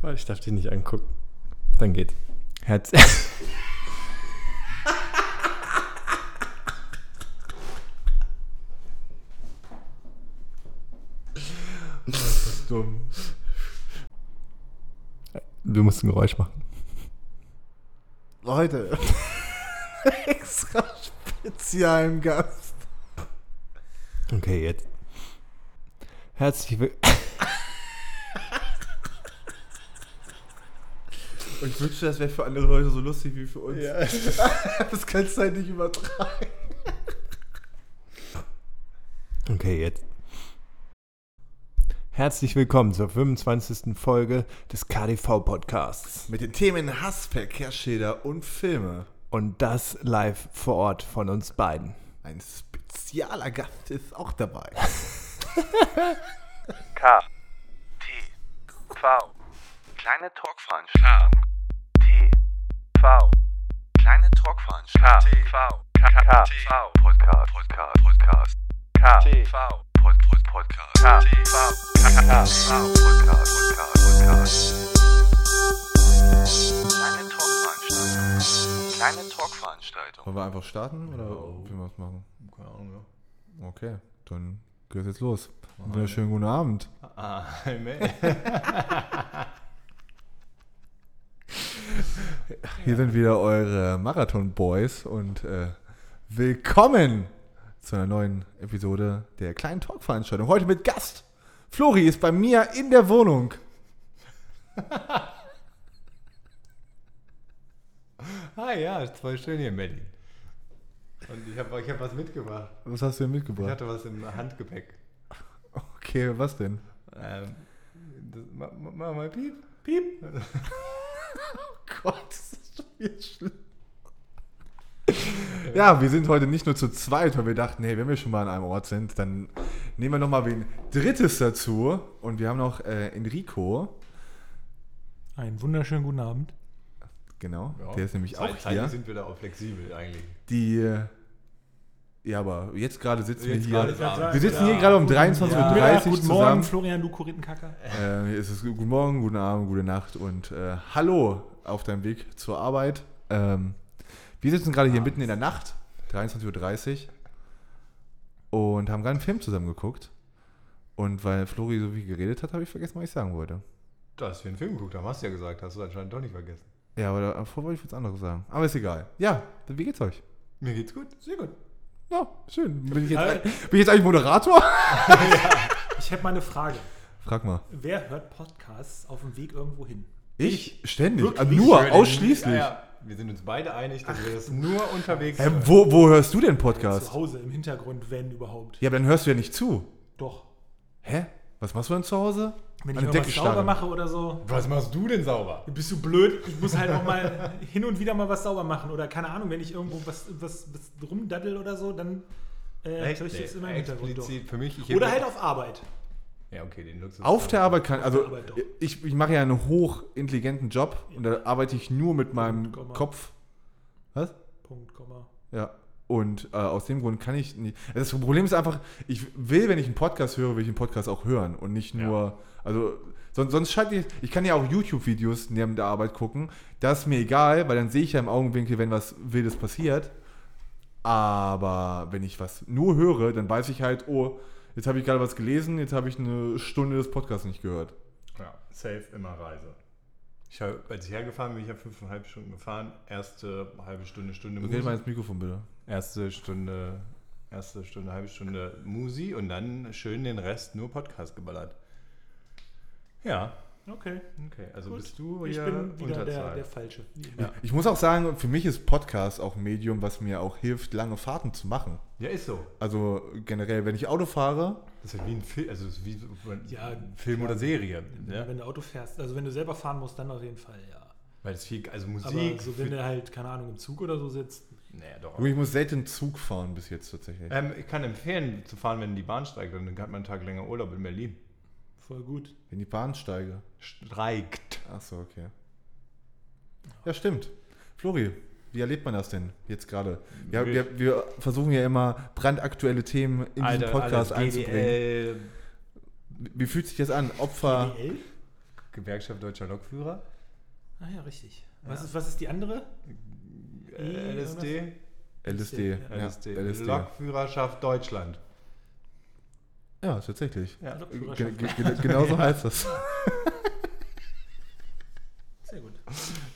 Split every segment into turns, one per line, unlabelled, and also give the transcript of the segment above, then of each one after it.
Weil ich darf dich nicht angucken. Dann geht's. Herz. dumm. Du musst ein Geräusch machen.
Leute, extra Spezialgast.
Okay, jetzt. Herzlich willkommen.
Und ich wünschte, das wäre für andere Leute so lustig wie für uns. das kannst du halt nicht übertragen.
Okay, jetzt. Herzlich willkommen zur 25. Folge des KDV-Podcasts.
Mit den Themen Hass, Verkehrsschilder und Filme.
Und das live vor Ort von uns beiden.
Ein spezialer Gast ist auch dabei.
K. T. V. Kleine Talkveranstaltung. T. V. Kleine Talkveranstaltung. K. V. K. K. V. Podcast. Podcast. Podcast. K. T. V. Pod. Pod. Podcast. K. T. V. K. K. V. Podcast. Podcast. Podcast. Kleine Talkveranstaltung. Kleine Talkveranstaltung.
Wollen wir einfach starten oder wie wir es machen?
oh. Keine Ahnung,
Okay, dann geht's jetzt los. Einen wunderschönen guten Abend.
ja. Ah, hey, man.
Hier sind wieder eure Marathon-Boys und äh, willkommen zu einer neuen Episode der kleinen Talk-Veranstaltung. Heute mit Gast. Flori ist bei mir in der Wohnung.
ah ja, es war schön hier in Berlin. Und ich habe ich hab was mitgebracht.
Was hast du denn
Ich
mitgebracht?
hatte was im Handgepäck.
Okay, was denn?
Ähm, das, mach, mach mach mal piep, piep.
Oh
Gott, das ist schon wieder schlimm. Ja, wir sind heute nicht nur zu zweit, weil wir dachten, hey, wenn wir schon mal an einem Ort sind, dann nehmen wir nochmal wen Drittes dazu. Und wir haben noch äh, Enrico,
Einen wunderschönen guten Abend.
genau, der ist nämlich auch
Zeitlich
hier.
sind wir da auch flexibel eigentlich.
Die, äh, ja, aber jetzt gerade sitzen
Jetzt
wir
gerade ist
hier.
Abend.
Wir sitzen hier
Ja.
gerade um 23.30
Guten
Uhr
Mittag,
zusammen.
guten Morgen, Florian, du Korinkenkacker.
Äh, hier ist es guten Morgen, guten Abend, gute Nacht und äh, hallo auf deinem Weg zur Arbeit. Ähm, wir sitzen gerade hier mitten in der Nacht, 23.30 Uhr und haben gerade einen Film zusammen geguckt. Und weil Flori so viel geredet hat, habe ich vergessen, was ich sagen wollte.
Dass wir einen Film geguckt haben, hast du ja gesagt, hast du anscheinend doch nicht vergessen.
Ja, aber davor wollte ich was anderes sagen. Aber ist egal. Ja, wie geht's euch?
Mir geht's gut, sehr gut.
Ja, schön. Bin ich
Äh,
jetzt, bin ich jetzt eigentlich Moderator?
Ich hätte mal eine Frage.
Frag mal.
Wer hört Podcasts auf dem Weg irgendwo hin?
Ich? Ständig.
Wirklich
Ah, nur,
schön.
ausschließlich.
Ja, ja. Wir sind uns beide einig, dass wir das nur unterwegs
Hä, wo, wo hörst du denn Podcast?
Zu Hause, im Hintergrund, wenn überhaupt.
Ja, aber dann hörst du ja nicht zu.
Doch.
Hä? Was machst du denn zu Hause?
Wenn ich
An die
mal
Decke
was sauber
starren.
mache oder so.
Was machst du denn sauber?
Bist du blöd? Ich muss halt auch mal hin und wieder mal was sauber machen. Oder keine Ahnung, wenn ich irgendwo was, was, was rumdaddel oder so, dann äh, höre ich das immer im Hintergrund. Doch.
Explizit für mich. Ich
Oder halt auf Arbeit.
Ja, okay, den Luxus.
Auf der Arbeit kann, also
der Arbeit doch.
ich, ich mache ja einen hochintelligenten Job und da arbeite ich nur mit meinem
Komma.
Kopf. Was?
Punkt, Komma.
Ja. Und äh, aus dem Grund kann ich nicht. Also das Problem ist einfach, ich will, wenn ich einen Podcast höre, will ich einen Podcast auch hören und nicht nur. Also sonst, sonst schalte ich. Ich kann ja auch YouTube-Videos neben der Arbeit gucken. Das ist mir egal, weil dann sehe ich ja im Augenwinkel, wenn was Wildes passiert. Aber wenn ich was nur höre, dann weiß ich halt, oh, jetzt habe ich gerade was gelesen, jetzt habe ich eine Stunde des Podcasts nicht gehört.
Ja, safe immer Reise. Ich hab, als ich hergefahren bin, ich habe fünfeinhalb Stunden gefahren. Erste halbe Stunde, Stunde
Red mal ins Mikrofon bitte.
Erste Stunde, erste Stunde, halbe Stunde Musi und dann schön den Rest nur Podcast geballert. Ja,
Okay.
okay. Also
Gut.
bist
Oh
du
ich
hier
bin wieder der,
Unterzahl.
der Falsche. wie immer.
Ja.
Ich muss auch sagen, für mich ist Podcast auch ein Medium, was mir auch hilft, lange Fahrten zu machen.
ja, ist so.
Also generell, wenn ich Auto fahre,
Das ist halt wie ein Film, also es ist wie so ein
Ja,
Film oder Serie. Ne?
Wenn du Auto fährst, also wenn du selber fahren musst, dann auf jeden Fall, ja.
Weil es viel, also
Aber
Musik.
so wenn du halt, keine Ahnung, im Zug oder so sitzt,
naja, doch.
ich muss selten Zug fahren bis jetzt tatsächlich.
Ähm, ich kann empfehlen, zu fahren, wenn die Bahn steigt. Dann hat man einen Tag länger Urlaub in Berlin.
voll gut.
Wenn die Bahn steige.
Streikt.
Achso, okay. Ja, stimmt. Flori, wie erlebt man das denn jetzt gerade? Wir, wir, wir versuchen ja immer brandaktuelle Themen in diesen Podcast einzubringen. Wie fühlt sich das an? Opfer.
BL?
Äh, Gewerkschaft Deutscher Lokführer.
Ah ja, richtig. Was, ist, was ist die andere?
Äh, LSD.
LSD.
Ja.
LSD.
Ja, LSD.
Lokführerschaft Deutschland.
Ja, tatsächlich.
Ja.
Ge- ge- ge- Genauso heißt das.
Sehr gut.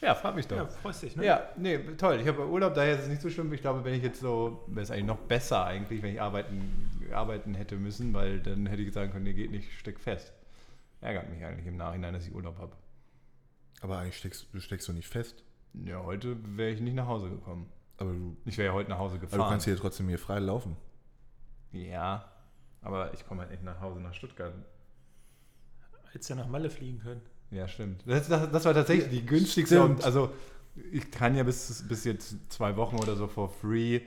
Ja, frag mich doch.
Ja,
Ja,
freust dich, ne?
nee, toll. Ich habe Urlaub, daher ist es nicht so schlimm. Ich glaube, wenn ich jetzt so, wäre es eigentlich noch besser eigentlich, wenn ich arbeiten, arbeiten hätte müssen, weil dann hätte ich sagen können, nee, geht nicht, steck fest. Ärgert mich eigentlich im Nachhinein, dass ich Urlaub habe.
Aber eigentlich steckst du steckst doch nicht fest.
Ja, heute wäre ich nicht nach Hause gekommen.
Aber du,
Ich wäre ja heute nach Hause
aber Also du
gefahren.
kannst hier trotzdem hier frei laufen.
ja, aber ich komme halt nicht nach Hause nach Stuttgart.
Hättest ja nach Malle fliegen können.
Ja, stimmt. Das, das, das war tatsächlich die günstigste.
stimmt.
Und, also ich kann ja bis, bis jetzt zwei Wochen oder so for free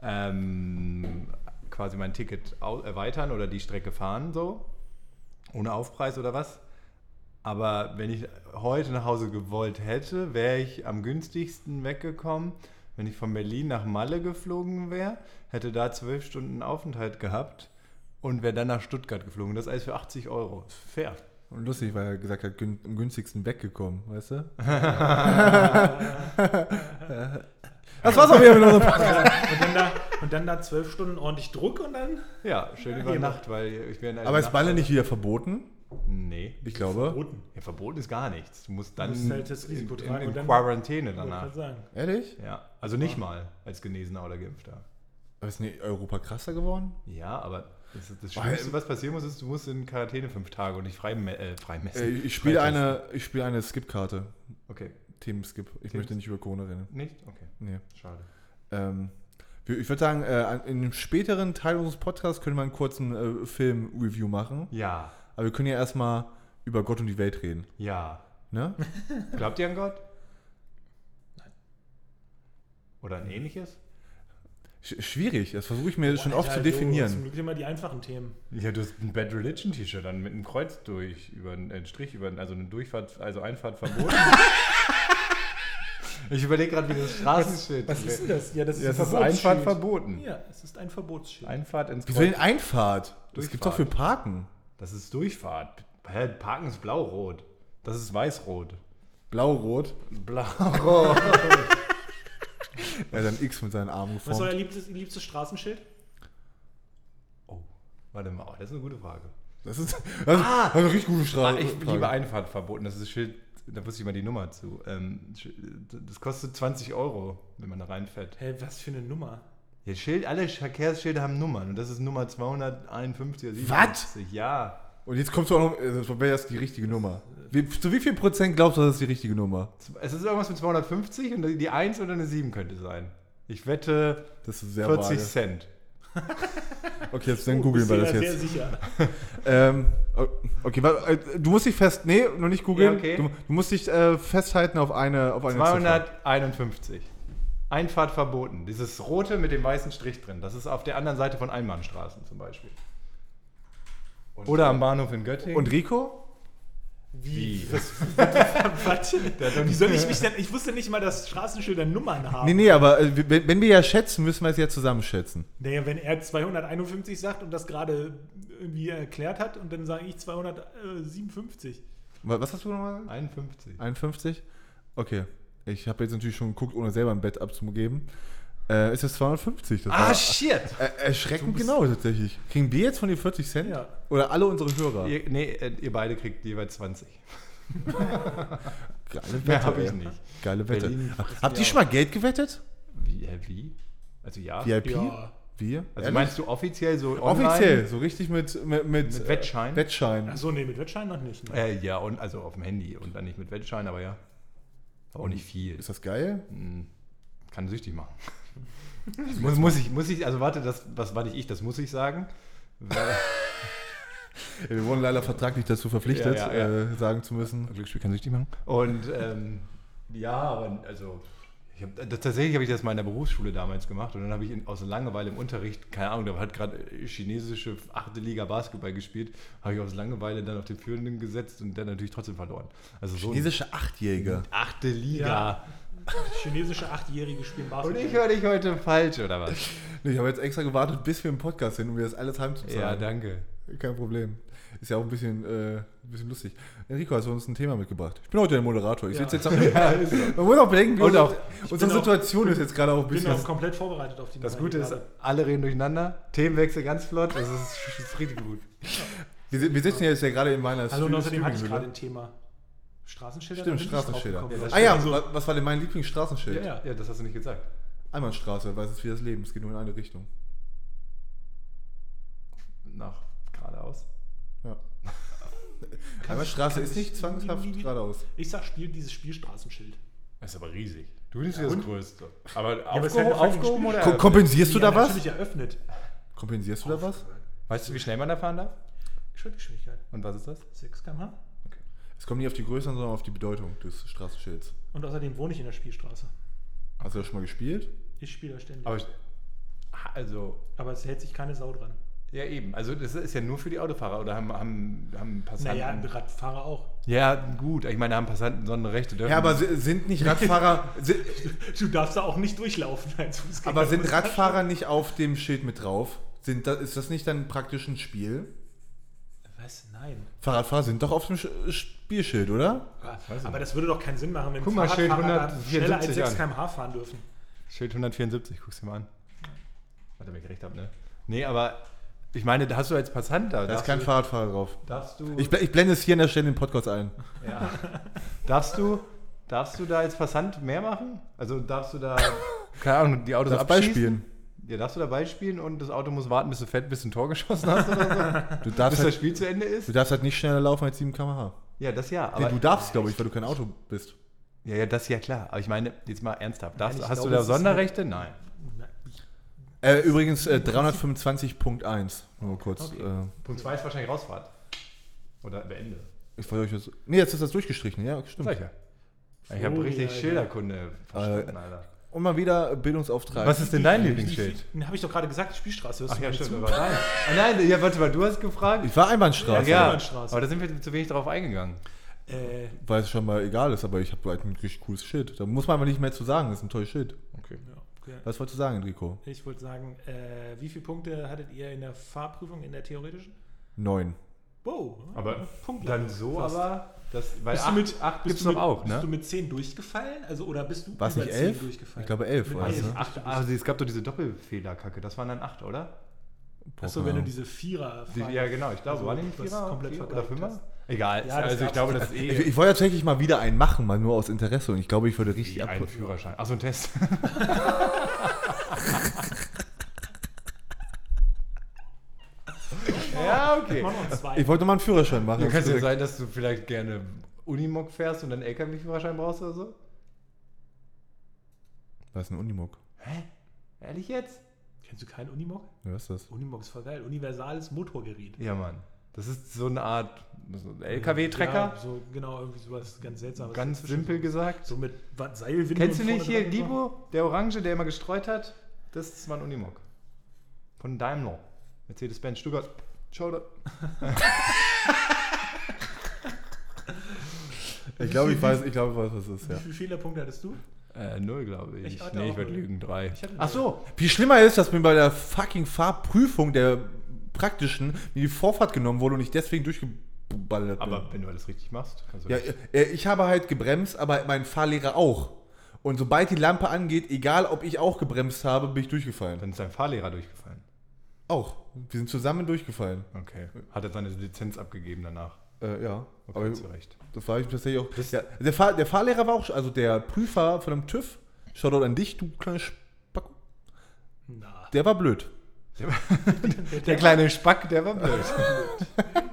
ähm, quasi mein Ticket au- erweitern oder die Strecke fahren so. Ohne Aufpreis oder was. Aber wenn ich heute nach Hause gewollt hätte, wäre ich am günstigsten weggekommen. Wenn ich von Berlin nach Malle geflogen wäre, hätte da zwölf Stunden Aufenthalt gehabt und wäre dann nach Stuttgart geflogen. Das ist alles für 80 Euro. Ist Fair.
Und lustig, weil er gesagt hat, gün, am günstigsten weggekommen, weißt du? das war's auch wieder mit unserem Podcast.
Und dann da, und dann da zwölf Stunden ordentlich Druck und dann.
Ja, schön über
eben.
Nacht, weil ich werde
Aber ist Balle nicht wieder verboten?
Nee.
Ich glaube.
Roten.
Ja, verboten ist gar nichts. Du musst dann
musst halt das Risiko
in, in,
tragen
in
und dann-
Quarantäne
Wollte ich grad
danach.
sagen.
Ehrlich?
Ja, also nicht mal als Genesener oder Geimpfter.
Aber ist nicht Europa krasser geworden?
Ja, aber das, ist- das
Weil-
Schlimmste, was passieren muss, ist, du musst in Quarantäne fünf Tage und nicht freime äh,
Äh,
freimessen.
ich spiele
Freitesten.
eine, ich spiele eine Skip-Karte.
Okay,
Themen-Skip. Ich
Themen-
möchte nicht über Corona reden.
nicht? Okay,
Nee.
schade.
Ähm, wir- ich würde sagen, äh, an- in einem späteren Teil unseres Podcasts können wir einen kurzen äh, Film-Review machen.
Ja,
Aber wir können ja erstmal über Gott und die Welt reden.
ja.
Ne?
Glaubt ihr an Gott? Nein. Oder
Hm.
ein ähnliches?
Sch schwierig, das versuche ich mir schon oft
Alter,
zu
Jo, Zum
definieren.
Glück immer die einfachen Themen.
Ja, du hast ein Bad Religion T-Shirt dann mit einem Kreuz durch, über einen einen Strich, über einen- also eine Durchfahrt, also Einfahrt verboten. ich überlege gerade, wie das Straßenschild
Was ist denn das? Ja, das ist
Das
ein
ist Einfahrt
Verbotsschild.
verboten.
Ja, es ist ein Verbotsschild.
Einfahrt ins
Wieso denn Einfahrt? Das
Durchfahrt.
gibt doch für Parken.
Das ist Durchfahrt. Hä, Parken ist blau-rot. Das ist weiß-rot.
Blau-Rot.
Blau.
Er hat ein X mit seinen Armen
Was ist euer
geformt.
liebstes, liebstes Straßenschild?
Oh, warte mal, oh, das ist eine gute Frage.
Das ist, das ist das ist eine richtig gute
Ah,
Straße.
ich liebe Einfahrt verboten. Das ist ein Schild, da wusste ich mal die Nummer zu. Ähm, das kostet 20 Euro, wenn man da reinfährt.
Hä, was für eine Nummer?
Ja, Schild, alle Verkehrsschilder haben Nummern und das ist Nummer 251 oder
Was?
57. Ja,
Und jetzt kommst du auch noch, äh, das wäre jetzt die richtige Nummer. Wie, zu wie viel Prozent glaubst du, das ist die richtige Nummer?
es ist irgendwas mit 250 und die 1 oder eine 7 könnte sein. Ich wette
Das ist sehr
40
vage.
Cent.
Okay, jetzt, dann
Oh,
googeln
bist
wir
du
das
ja
jetzt.
Sehr sicher.
Ähm, o- okay, wa- äh, du musst dich fest, nee, noch nicht googeln.
Ja, okay.
du, du musst dich äh, festhalten auf eine, auf eine Ziffer.
251. Einfahrt verboten. Dieses rote mit dem weißen Strich drin. Das ist auf der anderen Seite von Einbahnstraßen zum Beispiel. Oder am Bahnhof in Göttingen.
Und Rico?
wie?
Warte, wie soll ich mich denn? Ich wusste nicht mal, dass Straßenschilder Nummern haben.
Nee, nee, aber äh, wir- wenn, wenn wir ja schätzen, müssen wir es ja zusammenschätzen.
Naja, wenn er 251 sagt und das gerade irgendwie erklärt hat und dann sage ich 257.
Wa- Was hast du nochmal? gesagt?
51.
51? Okay. Ich habe jetzt natürlich schon geguckt, ohne selber ein Bett abzugeben. Äh, ist das 250? Das war
Ah, shit!
er- erschreckend genau tatsächlich. Kriegen wir jetzt von den 40 Cent?
Ja.
Oder alle unsere Hörer?
Ihr, nee, äh, ihr beide kriegt jeweils 20.
Geile
Mehr habe
ey.
ich nicht.
Geile Wette.
Berlin
Habt ihr schon mal Geld gewettet?
Wie? Äh, wie? Also ja.
VIP?
Ja.
Wir?
Also
Ehrlich?
meinst du offiziell so online?
Offiziell, so richtig mit, mit, mit,
Mit Wettschein? Also-
Wettschein.
Achso, nee, mit Wettschein noch nicht. Ne?
Äh, ja, und also auf dem Handy und dann nicht mit Wettschein, aber ja. Aber auch nicht viel.
Ist das geil?
Mm, Kann süchtig machen. muss, muss ich, muss ich, also warte, das, was war nicht ich, das muss ich sagen. Weil-
Ja, Wir wurden leider vertraglich dazu verpflichtet,
Ja, ja,
Äh, sagen zu müssen.
Glücksspiel kann süchtig machen. Und ähm, ja, aber also. Ich hab, das, tatsächlich habe ich das mal in der Berufsschule damals gemacht und dann habe ich in, aus Langeweile im Unterricht, keine Ahnung, da hat gerade chinesische 8. Liga Basketball gespielt, habe ich aus Langeweile dann auf den Führenden gesetzt und dann natürlich trotzdem verloren. Also so
Chinesische Achtjäger.
8. Liga.
Ja. Chinesische Achtjährige spielen
Und
Basketball.
ich höre dich heute falsch, oder was?
Ich habe jetzt extra gewartet, bis wir im Podcast sind, um mir das alles heimzuzahlen.
danke.
Kein Problem. Ist Ist ja auch ein bisschen, äh, ein bisschen lustig. Enrico, hast du uns ein Thema mitgebracht? Ich bin heute der Moderator. Ich sitze jetzt am Man muss auch bedenken, wie
Und
unsere-
auch-
unsere
bin auch-
Situation ist jetzt gerade auch ein
Ich
bisschen.
bin auch komplett vorbereitet auf die
Das
Nummer
Gute
hier
ist,
gerade.
alle reden durcheinander, Themenwechsel ganz flott, das ist, das ist richtig gut.
wir, si- wir sitzen ja jetzt ja gerade in meiner
Also und
Stream-
außerdem hatte ich
Streaming-Höhle.
gerade ein Thema. Straßenschilder?
ne? Stimmt,
Da bin ich drauf
Straßenschilder.
gekommen.
ah ja,
Also,
wa- was war denn mein Lieblingsstraßenschild?
Ja.
Ja, das hast du nicht gesagt.
Einbahnstraße, weil es ist wie das Leben, es geht nur in eine Richtung.
Nach geradeaus.
Ja. Einbahnstraße ist nicht zwangshaft geradeaus.
ich sag, spiel dieses Spiel Straßenschild.
Das ist aber riesig. Du nimmst dir das Größte. Aber
aber es ist halt eine fucking
oder?
Ko- Kompensierst du
Ja,
da was?
Natürlich eröffnet.
Kompensierst du da was?
Weißt du, wie schnell man da fahren darf?
Schrittgeschwindigkeit.
Und was ist das?
6 km/h.
Es kommt nicht auf die Größe an, sondern auf die Bedeutung des Straßenschilds.
Und außerdem wohne ich in der Spielstraße.
Hast du das schon mal gespielt?
Ich spiele da ständig.
Aber
Aber,
ich, also,
es hält sich keine Sau dran.
ja eben. Also das ist ja nur für die Autofahrer oder haben, haben, haben Passanten.
Naja, Radfahrer auch.
ja, gut. Ich meine, haben Passanten Sonnenrechte. Dürfen
Ja, aber si- sind nicht Radfahrer, si-
Du darfst da auch nicht durchlaufen als Fußgänger.
aber sind
Du musst da-
Radfahrer nicht auf dem Schild mit drauf? Sind da, ist das nicht dann praktisch ein Spiel?
Was? Nein.
Fahrradfahrer sind doch auf dem Sch äh, Spielschild, oder?
Aber das würde doch keinen Sinn machen, wenn
Guck mal, Schild
Fahrradfahrer
174
schneller als 6
an.
km/h fahren dürfen.
Schild 174, guck's dir mal an. Warte, wenn ich recht habe, ne? Nee, aber ich meine, da hast du als Passant da.
Da ist
darfst
kein
du-
Fahrradfahrer drauf.
Darfst du,
Ich, bl- ich blende es hier an der Stelle im Podcast ein.
ja. darfst du, darfst du da als Passant mehr machen? Also darfst du da, keine Ahnung, die Autos
Darfst Ball
abschießen?
spielen.
Ja, darfst du da Ball spielen und das Auto muss warten, bis du fett, bis du ein Tor geschossen hast oder so?
Du darfst,
bis das
halt,
Spiel zu Ende ist?
du darfst halt nicht schneller laufen als 7 km/h.
Ja, das ja.
Nee,
Aber,
du darfst, glaube ich, weil du kein Auto bist.
ja, ja, das ja klar. Aber ich meine, jetzt mal ernsthaft. Darfst,
Nein, ich
hast
glaube,
du da
es ist
Sonderrechte? Nein.
Na,
Äh, übrigens äh, 325.1. Nur mal kurz. Äh,
Punkt 2 ist wahrscheinlich Rausfahrt. Oder Beende.
ich wollte euch das. Nee, jetzt ist das durchgestrichen. Ja, stimmt.
Sag ich ja. Ich habe
Oh,
richtig
ja, ja.
Schilderkunde verstanden,
Äh,
Alter.
Und mal wieder Bildungsauftrag.
Was ist denn dein Lieblingsschild?
Den habe ich doch gerade gesagt, die Spielstraße. Hörst
Ach
du
ja,
mir
stimmt,
zu?
aber nein. Ah, nein, ja, warte mal, du hast gefragt.
Ich war Einbahnstraße,
ja,
Einbahnstraße.
aber da sind wir zu wenig drauf eingegangen.
Äh,
weil es schon mal egal ist, aber ich habe halt ein richtig cooles Schild. Da muss man aber nicht mehr zu sagen, das ist ein tolles Schild.
Okay.
ja, okay.
Was wolltest du sagen, Enrico?
Ich wollte sagen, äh, wie viele Punkte hattet ihr in der Fahrprüfung, in der theoretischen?
Neun.
Wow.
Aber
Punkt.
dann so,
Fast.
aber. Das, weil bist
Bist du
acht,
mit,
acht
bist
gibt's
du mit,
doch auch, ne?
Bist du mit 10 durchgefallen? Also, oder bist du
War es
über
nicht
10
elf?
durchgefallen?
Ich glaube elf.
Mit
War es,
elf.
ne?
Acht, also es gab doch diese Doppelfehlerkacke, das waren dann acht, oder?
Achso, wenn du diese Vierer
Die, ja, genau, ich glaube,
Also,
waren die
du hast
Vierer
komplett
Vier- oder
verkackt
Fünfer?
hast.
Egal,
Ja, das
also ich
gab's.
glaube, das ist
ich,
eh
ich wollte tatsächlich mal wieder einen machen, mal nur aus Interesse und ich glaube, ich würde richtig
wie ein
ab.
Führerschein. Achso, ein Test. ja, okay.
Mann, und zwei.
Ich wollte mal einen Führerschein machen.
Dann kann es ja
Direkt-
sein, dass du vielleicht gerne Unimog fährst und dann LKW-Führerschein brauchst oder so.
Was ist ein Unimog?
Ehrlich jetzt?
Kennst du keinen Unimog?
Ja, was ist das?
Unimog ist voll geil. Universales Motorgerät.
Ja, Mann. Das ist so eine Art so ein LKW-Trecker.
Ja, so, genau, irgendwie sowas ganz seltsames.
ganz
Dazwischen.
simpel gesagt.
So mit Wa- Seilwinden.
Kennst du
und
nicht hier
vorne dran und so.
Libo, der Orange, der immer gestreut hat? Das ist mein Unimog. Von Daimler. Mercedes-Benz Stuttgart. Schau
Ich glaube, ich weiß, ich glaube, was das ist, ja.
Wie viele Fehlerpunkte hattest du?
Äh, null, glaube ich.
Ich hatte
nee,
auch
ich würde
null.
lügen. Drei.
hatte
Ach so,
Wie schlimmer ist, dass mir bei der fucking Fahrprüfung der praktischen mir die Vorfahrt genommen wurde und ich deswegen durchgeballert bin.
Aber wenn du alles richtig machst, kannst du
ja, äh, ich habe halt gebremst, aber mein Fahrlehrer auch. Und sobald die Lampe angeht, egal ob ich auch gebremst habe, bin ich durchgefallen.
Dann ist dein Fahrlehrer durchgefallen.
Auch. Wir sind zusammen durchgefallen.
Okay. Hat er seine Lizenz abgegeben danach.
Äh, ja.
Okay,
aber
zu Recht.
das war ich tatsächlich auch. Ja, der, Fahr, der Fahrlehrer war auch, sch- also der Prüfer von dem TÜV, Shoutout an dich, du kleine Spack.
Na,
Der war blöd.
Der kleine Spack, der war blöd.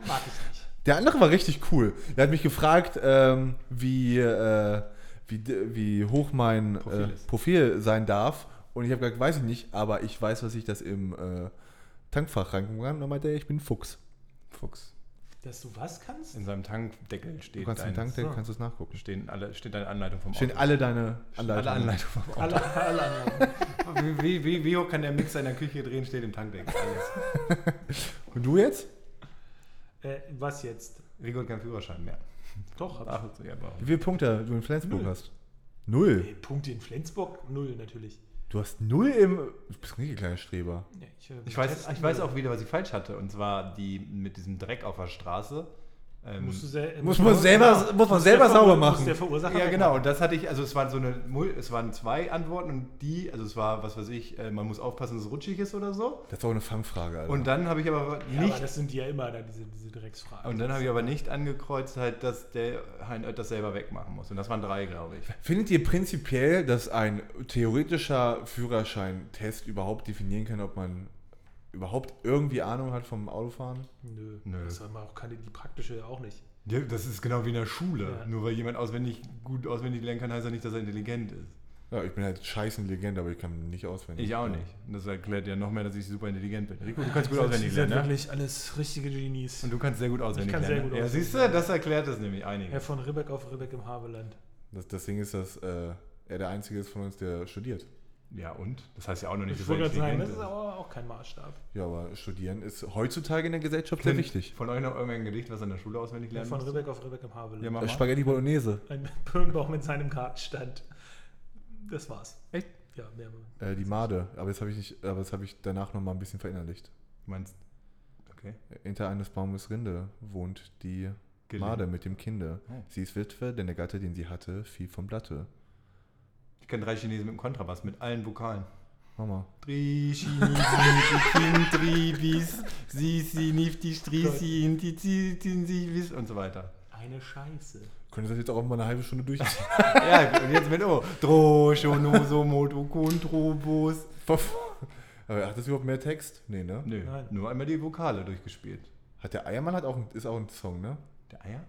mag ich nicht.
Der andere war richtig cool. Der hat mich gefragt, ähm, wie, äh, wie, d- wie hoch mein
Profil
Profil, äh,
ist.
Profil sein darf. Und ich habe gesagt, weiß ich nicht, aber ich weiß, was ich das im äh, Tankfach rangucken kann. Und dann meinte er, ich bin ein Fuchs.
Fuchs.
Dass du was kannst?
In seinem Tankdeckel
Du
steht
kannst im
dein,
Tankdeck,
so.
kannst du es nachgucken.
stehen alle, steht deine Anleitung vom
Stehen alle deine Anleitungen.
Alle Anleitungen vom Auto.
Alle, alle anderen.
Wie, wie, wie, wie hoch kann der Mixer in der Küche drehen, steht im Tankdeckel. Alles.
Und du jetzt?
äh, was jetzt?
Rico hat keinen Führerschein mehr.
Doch, hab
Ach, ja, aber
Wie viele Punkte du in Flensburg
Null.
hast? Null.
ich. Punkte in Äh, Flensburg? Null natürlich.
Du hast null im. Du bist ein richtig kleiner Streber.
Ja, ich, äh,
Ich weiß, ich weiß auch wieder, was ich falsch hatte. Und zwar die mit diesem Dreck auf der Straße. Ähm,
Musst du sel
Muss man selber- muss man selber
der
sauber
Verur-
machen.
Muss der Verursacher
ja,
weg.
genau. Und das hatte ich, also es waren so eine, Mul- es waren zwei Antworten und die, also es war, was weiß ich, äh, man muss aufpassen, dass es rutschig ist oder so.
Das ist auch eine Fangfrage, Alter.
Und dann habe ich aber
Ja, aber
nicht,
das sind die ja immer, da, diese, diese Drecksfragen.
und dann habe ich aber nicht angekreuzt, halt, dass der Heinöth das selber wegmachen muss. Und das waren drei, glaube ich.
Findet ihr prinzipiell, dass ein theoretischer Führerscheintest überhaupt definieren kann, ob man überhaupt irgendwie Ahnung hat vom Autofahren?
Nö.
Nö.
Das haben wir auch keine, die praktische auch nicht.
das ist genau wie in der Schule.
Ja.
Nur weil jemand auswendig gut auswendig lernen kann, heißt ja nicht, dass er intelligent ist.
Ja, ich bin halt scheißen Legende, aber ich kann nicht auswendig.
Ich auch nicht. Und das erklärt ja noch mehr, dass ich super intelligent bin. Rico, du kannst gut
Die sind-
auswendig
die sind
lernen. Ne?
wirklich alles richtige Genies.
Und du kannst sehr gut auswendig
kann sehr
lernen. ne?
gut
ja,
auswendig
siehst du, das erklärt es nämlich einiges.
Ja, von Ribbeck auf Ribbeck im Havelland.
Das, das Ding ist, dass äh, er der Einzige ist von uns, der studiert.
Ja, und? Das heißt ja auch noch nicht,
Ich wollte gerade sagen,
intelligent
das ist aber auch kein Maßstab.
Ja, aber studieren ist heutzutage in der Gesellschaft
Tim,
sehr wichtig.
Von euch noch irgendein Gedicht, was an der Schule auswendig
Ja,
lernen
von
musst?
Ribbeck auf Ribbeck im Havelland.
Ja, mach
Äh,
mal.
Spaghetti Bolognese.
Ein Birnbauch mit seinem Kartenstand. Das war's.
Echt?
Ja, mehr.
Äh, die Made. Aber das habe ich nicht, aber das habe ich danach nochmal ein bisschen verinnerlicht.
Du meinst, okay.
Hinter eines Baumes Rinde wohnt die
Gelin-
Made mit dem Kinde.
Oh.
Sie ist Witwe, denn der Gatte, den sie hatte, fiel vom Blatte.
Ich kenne drei Chinesen mit dem Kontrabass, mit allen Vokalen.
Mama.
Dri, Chinesen, Kin, Dri, Bis, Si, Si, Nifti, Strisi, Inti, Si, Tin, Si, Bis und so weiter.
Eine Scheiße.
Könnt ihr das jetzt auch mal eine halbe Stunde durchziehen?
Ja, und jetzt mit O. Dro, Shonoso, Moto, Kontrobos.
aber hat das überhaupt mehr Text? Nee, ne?
Nö,
Nein.
nur einmal die Vokale durchgespielt.
Hat der Eiermann hat auch ein, ist auch ein Song, ne?
Der Eier?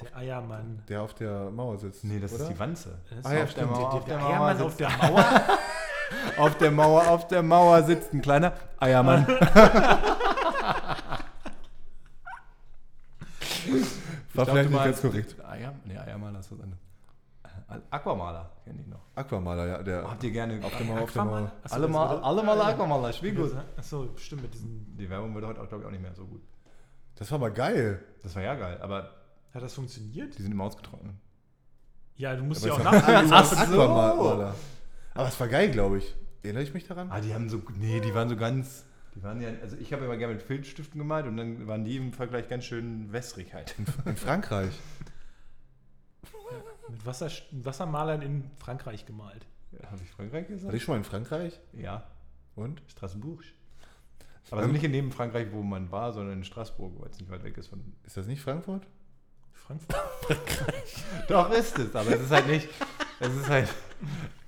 Der Eiermann.
Der auf der Mauer sitzt.
Nee, das
oder?
ist die Wanze.
Das
Ah, ja,
auf der
stimmt.
Mauer,
Der,
auf
der,
der Mauer,
Eiermann auf
sitzt,
der Mauer?
auf der Mauer, auf der Mauer sitzt ein kleiner Eiermann.
War
Ich glaub,
vielleicht
du
nicht ganz
meinst-
korrekt.
Eier, nee, Eiermaler ist was anderes. Äh, Aquamaler kenne ich noch.
Aquamaler, ja. Der
Habt ihr gerne
auf der Mauer, auf der Mauer.
Achso,
Genau. Alle
das Ah,
mal,
würde-
alle mal Aquamaler, spiel gut.
Achso, stimmt, mit diesen.
Die Werbung wird heute auch, glaube ich, auch nicht mehr so gut.
Das war mal geil.
Das war ja geil, aber
Hat das funktioniert?
die sind immer ausgetrocknet.
Ja, du musst ja auch
Aber
nachdenken.
Ach so. Aquamaler. Aber es war geil, glaube ich. Erinnere ich mich daran?
Ah, die haben so, nee, die waren so ganz, die waren ja, also ich habe immer gerne mit Filzstiften gemalt und dann waren die im Vergleich ganz schön wässrig halt.
In Frankreich.
Mit Wasser, Wassermalern in Frankreich gemalt.
habe ich Frankreich
War ich
gesagt?
schon mal in Frankreich?
Ja,
Und?
Straßburg. Aber also nicht in dem Frankreich, wo man war, sondern in Straßburg, weil es nicht weit weg ist von
Ist das nicht Frankfurt?
Frankfurt.
Doch ist es, aber es ist halt nicht, es ist halt,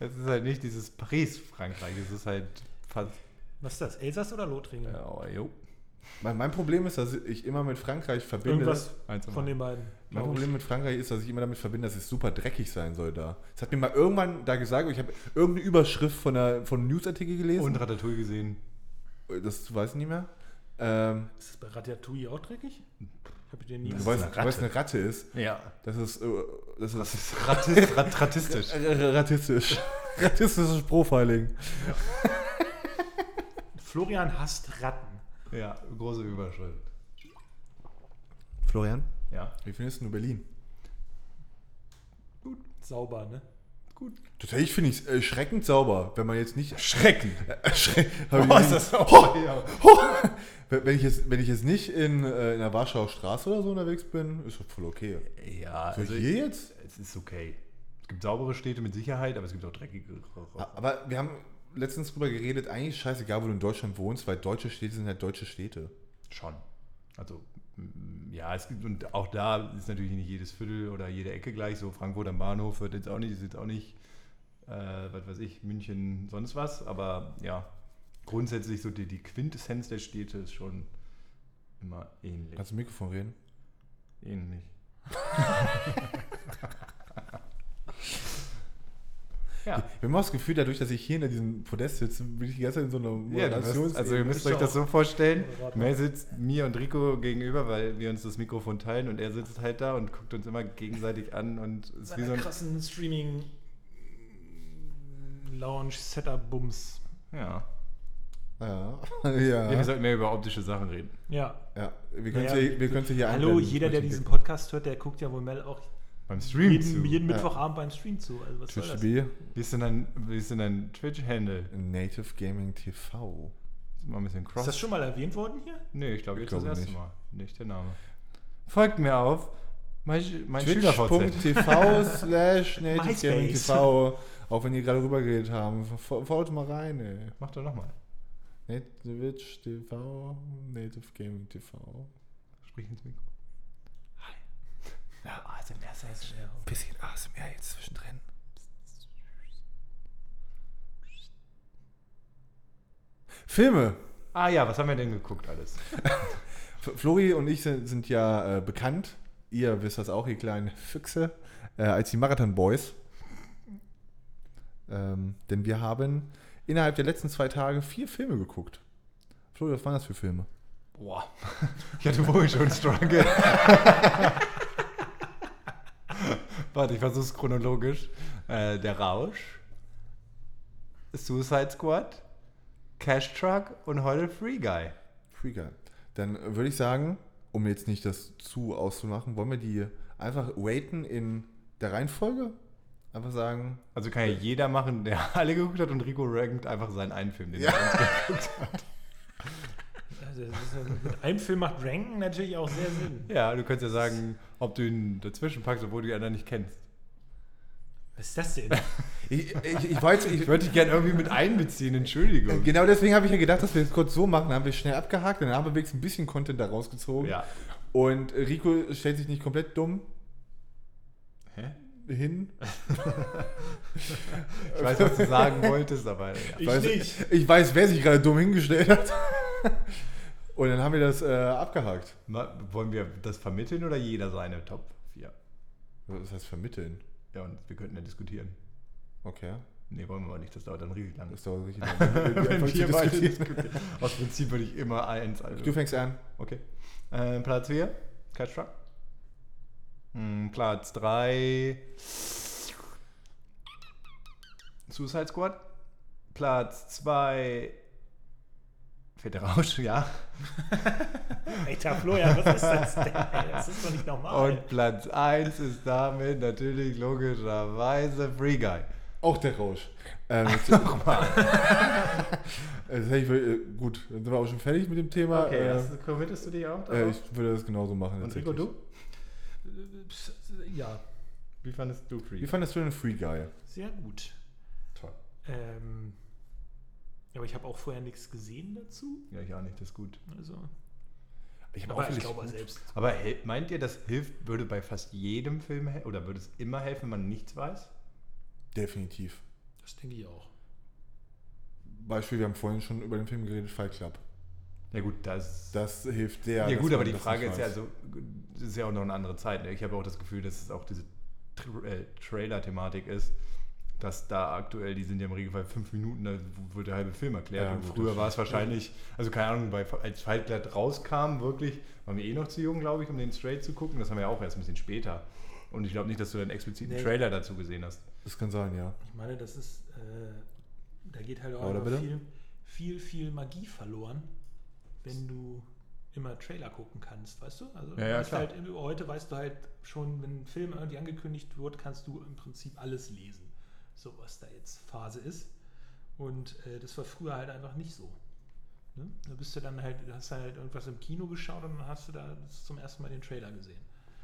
es ist halt nicht dieses Paris-Frankreich, es ist halt fast,
Was ist das? Elsass oder Lothringen?
ja, oh, jo.
Mein, mein Problem ist, dass ich immer mit Frankreich verbinde.
Irgendwas
Eins
von den beiden.
Mein
glaub ich.
Problem mit Frankreich ist, dass ich immer damit verbinde, dass es super dreckig sein soll da. Das hat mir mal irgendwann da gesagt, ich habe irgendeine Überschrift von, einer, von einem Newsartikel
Und
gelesen.
Ratatouille gesehen.
das weiß ich nicht mehr. Ähm,
Ist das bei Ratatouille auch dreckig? Ich habe den nie
du
gesehen.
weißt,
eine
du weißt, eine Ratte ist.
Ja.
Das ist, äh, das ist
Ratis, rat, ratistisch.
äh, ratistisch. Ratistisches Profiling.
Florian hasst Ratten.
Ja, große Überschrift.
Florian,
Ja.
wie findest du Berlin?
Sauber, ne?
Tatsächlich finde ich es erschreckend sauber, wenn man jetzt nicht. Äh,
Schrecken.
Erschreckend.
ja.
Wenn wenn ich jetzt, wenn ich jetzt nicht in, äh, in der Warschauer Straße oder so unterwegs bin, ist das voll okay.
ja,
So
also
hier jetzt?
es ist okay. Es gibt saubere Städte mit Sicherheit, aber es gibt auch dreckige.
Aber wir haben letztens drüber geredet, eigentlich scheißegal, wo du in Deutschland wohnst, weil deutsche Städte sind halt deutsche Städte.
Schon. Also, mm, ja, es gibt, und auch da ist natürlich nicht jedes Viertel oder jede Ecke gleich. So Frankfurt am Bahnhof wird jetzt auch nicht, ist jetzt auch nicht, äh, was weiß ich, München, sonst was. Aber ja, grundsätzlich so die, die Quintessenz der Städte ist schon immer ähnlich.
Kannst du mit dem Mikrofon reden?
ähnlich. ja.
Wir haben auch das Gefühl, dadurch, dass ich hier hinter diesem Podest sitze, bin ich die ganze Zeit in so einer
Ja, du
Moderations-
wirst, also ihr müsst
Bist du
euch das
auch
so vorstellen,
Moderator?
Mel sitzt mir und Rico gegenüber, weil wir uns das Mikrofon teilen und er sitzt halt da und guckt uns immer gegenseitig an und ist wie so
Seiner
ein...
krassen Streaming Lounge Setup Bums.
Ja.
ja.
Nee, wir
ja.
sollten mehr über optische Sachen reden.
Ja.
ja. Wir können es
Naja,
hier, wir können's hier
Hallo,
einblenden.
jeder, der
Möchten
diesen
wir-
Podcast hört, der guckt ja wohl Mel auch
Beim Stream
jeden,
zu.
jeden
Ja.
Mittwochabend beim Stream zu. Also was soll
Twitch
das?
B,
Wie ist denn dein, wie ist denn dein Twitch-Handle?
Native Gaming TV.
Mal ein bisschen cross.
Ist das schon mal erwähnt worden hier?
nee, ich glaube jetzt das
glaube
erste
nicht.
Mal. Nicht der Name. Folgt mir auf mein, mein SchülerVZ.
Twitch.tv slash Native Gaming
MySpace.
TV. Auch wenn ihr gerade rübergeredet haben. Fo- Folgt mal rein, ey.
Mach doch nochmal.
Native TV, Native Gaming TV.
Sprich ins Mikro.
Ja, ASMR sei es schnell.
Bisschen ASMR jetzt zwischendrin. Filme.
Ah ja, was haben wir denn geguckt alles?
F- Flori und ich sind, sind ja äh, bekannt. Ihr wisst das auch, ihr kleinen Füchse, äh, als die Marathon Boys. Ähm, denn wir haben innerhalb der letzten zwei Tage vier Filme geguckt. Flori, was waren das für Filme?
Boah. Ich hatte vorhin schon einen Struggle. Warte, ich versuch's chronologisch. Äh, der Rausch, Suicide Squad, Cash Truck und heute Free Guy.
Free Guy. Dann äh, würde ich sagen, um jetzt nicht das zu auszumachen, wollen wir die einfach raten in der Reihenfolge? Einfach sagen,
Also kann ja jeder machen, der alle geguckt hat und Rico rankt einfach seinen einen Film. Den er-
Also, das ist, also, mit einem Film macht Ranken natürlich auch sehr Sinn.
ja, du könntest ja sagen, ob du ihn dazwischen packst, obwohl du die anderen nicht kennst.
Was ist das denn?
ich, ich, ich weiß, ich,
Ich würde dich gerne irgendwie mit einbeziehen, Entschuldigung.
Genau deswegen habe ich ja gedacht, dass wir es kurz so machen. Dann haben wir schnell abgehakt, dann haben wir wenigstens ein bisschen Content da rausgezogen.
Ja.
Und Rico stellt sich nicht komplett dumm
Hä?
hin.
Ich weiß, was du sagen wolltest, aber ja.
Ich
weiß, Ich weiß, wer sich gerade dumm hingestellt hat. Und dann haben wir das äh, abgehakt.
Ma- Wollen wir das vermitteln oder jeder seine Top 4?
Das heißt vermitteln.
Ja, und wir könnten ja diskutieren.
Okay.
Nee, wollen wir aber nicht, das dauert dann riesig lange.
Das dauert richtig lange.
Wenn
Einfach zu
wir beide
diskutieren.
diskutieren. Aus Prinzip würde ich immer eins. Also.
Du fängst an.
Okay. Äh, Platz 4, Catch Truck. Hm, Platz 3, Suicide Squad. Platz 2, fehlt der Rausch, ja.
Alter Florian, was ist das denn? Ey, Das ist doch nicht normal.
Und Platz 1 ist damit natürlich logischerweise Free Guy.
Auch der Rausch. Ähm, Nochmal. das hätte ich, wohl- äh, gut, dann sind wir auch schon fertig mit dem Thema.
das- committest du dich auch
äh, äh, ich würde das genauso machen.
Und Rico,
tatsächlich.
du?
Äh, Ja,
Wie fandest du Free
Wie
Guy?
fandest du den Free Guy?
sehr gut.
Toll.
Ähm, aber ich habe auch vorher nichts gesehen dazu.
Ja, ich auch nicht, das ist gut.
Also,
Ich habe auch
aber ich
vieles.
glaube selbst.
Aber hel- meint ihr, das hilft, würde bei fast jedem Film hel- oder würde es immer helfen, wenn man nichts weiß?
Definitiv.
Das denke ich auch.
Beispiel, wir haben vorhin schon über den Film geredet, Fight Club.
Ja gut, das.
Das hilft sehr.
ja
dass
gut,
man
aber die
das
Frage
nicht
ist ja,
weiß.
also, das ist ja auch noch eine andere Zeit. Ne? Ich habe auch das Gefühl, dass es auch diese Tra äh, Trailer-Thematik ist, dass da aktuell, die sind ja im Regelfall fünf Minuten, da wird der halbe Film erklärt.
Ja,
und
gut,
früher
das
war es wahrscheinlich, also keine Ahnung, bei, als Fight Club rauskam, wirklich, waren wir eh noch zu jung, glaube ich, um den straight zu gucken. Das haben wir ja auch erst ein bisschen später. Und ich glaube nicht, dass du dann explizit einen
Nee.
Trailer dazu gesehen hast.
Das kann sein, ja.
Ich meine, das ist, äh, da geht halt auch
Lauter
immer
bitte.
viel, viel, viel Magie verloren, wenn du immer Trailer gucken kannst, weißt du? Also
Ja, ja,
weißt
klar.
halt, heute weißt du halt schon, wenn ein Film irgendwie angekündigt wird, kannst du im Prinzip alles lesen, so was da jetzt Phase ist. Und äh, das war früher halt einfach nicht so. Ne? Da bist du dann halt, hast du halt irgendwas im Kino geschaut und dann hast du da zum ersten Mal den Trailer gesehen.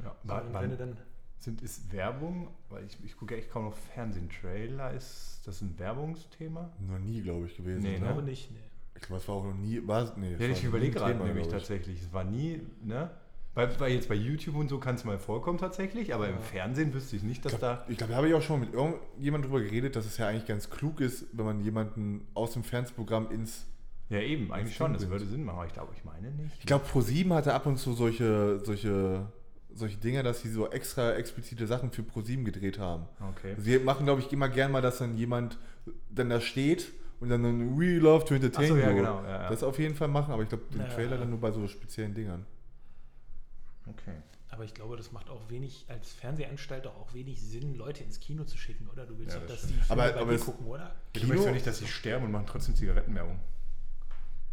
Ja,
So, und wenn du dann
Sind, ist Werbung, weil ich, ich gucke ja echt kaum noch Fernsehen, Trailer, ist das ein Werbungsthema?
Noch nie, glaube ich, gewesen.
Nee,
Nee,
ne?
ne?
glaube nicht, ne.
Ich glaube, es war auch noch nie. War, nee, es
Ja,
war
ich
noch nie
überlege
ein
gerade
Thema,
nämlich
glaub ich.
tatsächlich, es war nie, ne? Weil, weil jetzt bei YouTube und so kann es mal vorkommen tatsächlich, aber im Fernsehen wüsste ich nicht, dass
Ich glaube,
da...
glaub, da habe ich auch schon mal mit irgendjemandem drüber geredet, dass es ja eigentlich ganz klug ist, wenn man jemanden aus dem Fernsehprogramm ins.
Ja eben, eigentlich
Das
schon, das
stimmt.
würde Sinn machen, aber ich glaube, ich meine nicht.
Ich glaube, Pro7 hatte ab und zu solche, solche, solche Dinge, dass sie so extra explizite Sachen für Pro7 gedreht haben.
Okay.
Sie machen, glaube ich, immer gern mal, dass dann jemand dann da steht und dann dann We love to entertain
Ach so, ja,
you.
genau, ja, ja.
Das auf jeden Fall machen, aber ich glaube, den
Ja.
Trailer dann nur bei so speziellen Dingern.
okay.
Aber ich glaube, das macht auch wenig, als Fernsehanstalt doch auch wenig Sinn, Leute ins Kino zu schicken, oder? Du willst
Ja,
doch,
das
dass die Filme
Aber-
bei
aber
dir
es- Genau.
gucken, oder?
Ich
Kino-
möchte doch nicht, dass sie sterben und machen trotzdem Zigarettenwerbung.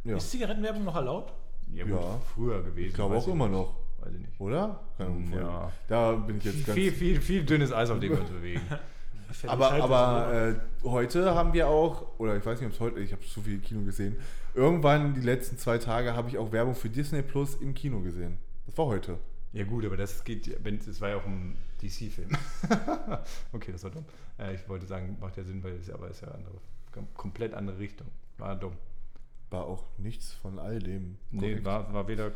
Ja,
Ist Zigarettenwerbung noch erlaubt?
Ja,
Ja.
früher gewesen.
ich glaube
weiß
auch immer
nicht.
noch.
Weiß ich nicht.
Oder? Keine Ahnung, voll-
Ja.
Da bin ich jetzt ganz.
Viel, viel, viel dünnes Eis, auf dem wir uns bewegen.
Fällt
Aber,
uns halt
aber
was,
äh, heute haben wir auch, oder ich weiß nicht, ob es heute, ich habe zu viel Kino gesehen. Irgendwann die letzten zwei Tage habe ich auch Werbung für Disney Plus im Kino gesehen. Das war heute.
ja gut, aber das geht, wenn es war ja auch ein DC-Film. okay, das war dumm. Äh, ich wollte sagen, macht ja Sinn, weil es aber ist ja andere, kom- komplett andere Richtung. War dumm.
War auch nichts von all dem.
Nee,
korrekt.
war, war weder.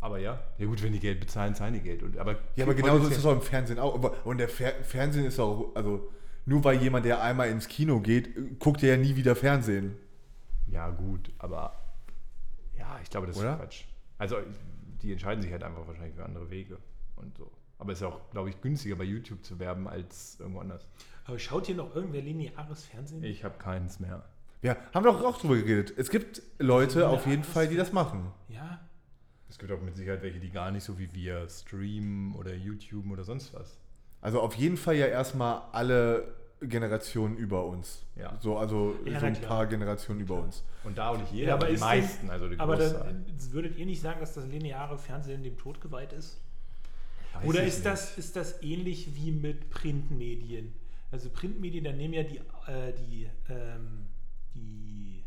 Aber ja. Ja gut, wenn die Geld bezahlen, zahlen die Geld. Und, aber
Ja, aber genauso ist es auch im Fernsehen auch. Aber- Und der Fer Fernsehen ist auch, also nur weil jemand, der einmal ins Kino geht, äh, guckt er ja nie wieder Fernsehen.
Ja, gut, aber ja, ich glaube, das
Oder?
ist Quatsch. Also, die entscheiden sich halt einfach wahrscheinlich für andere Wege und so. Aber es ist ja auch, glaube ich, günstiger bei YouTube zu werben als irgendwo anders.
äh,
Aber schaut hier noch irgendwer lineares Fernsehen?
Ich habe keins mehr.
Ja, haben wir doch auch drüber geredet. Es gibt Leute auf jeden Fall, die das machen.
Ja,
Es gibt auch mit Sicherheit welche, die gar nicht so wie wir streamen oder YouTube oder sonst was.
Also auf jeden Fall ja erstmal alle Generationen über uns.
Ja.
So, also
Ja,
so
na
ein
klar.
paar Generationen über uns.
Und da auch nicht jeder,
Ja, aber
aber die
ist
meisten,
denn-
also die
aber
Großzahl.
dann, äh, würdet ihr nicht sagen, dass das lineare Fernsehen dem Tod geweiht ist?
Weiß
Oder
ich
ist
nicht.
das, ist das ähnlich wie mit Printmedien? Also Printmedien, da nehmen ja die, äh, die, ähm, die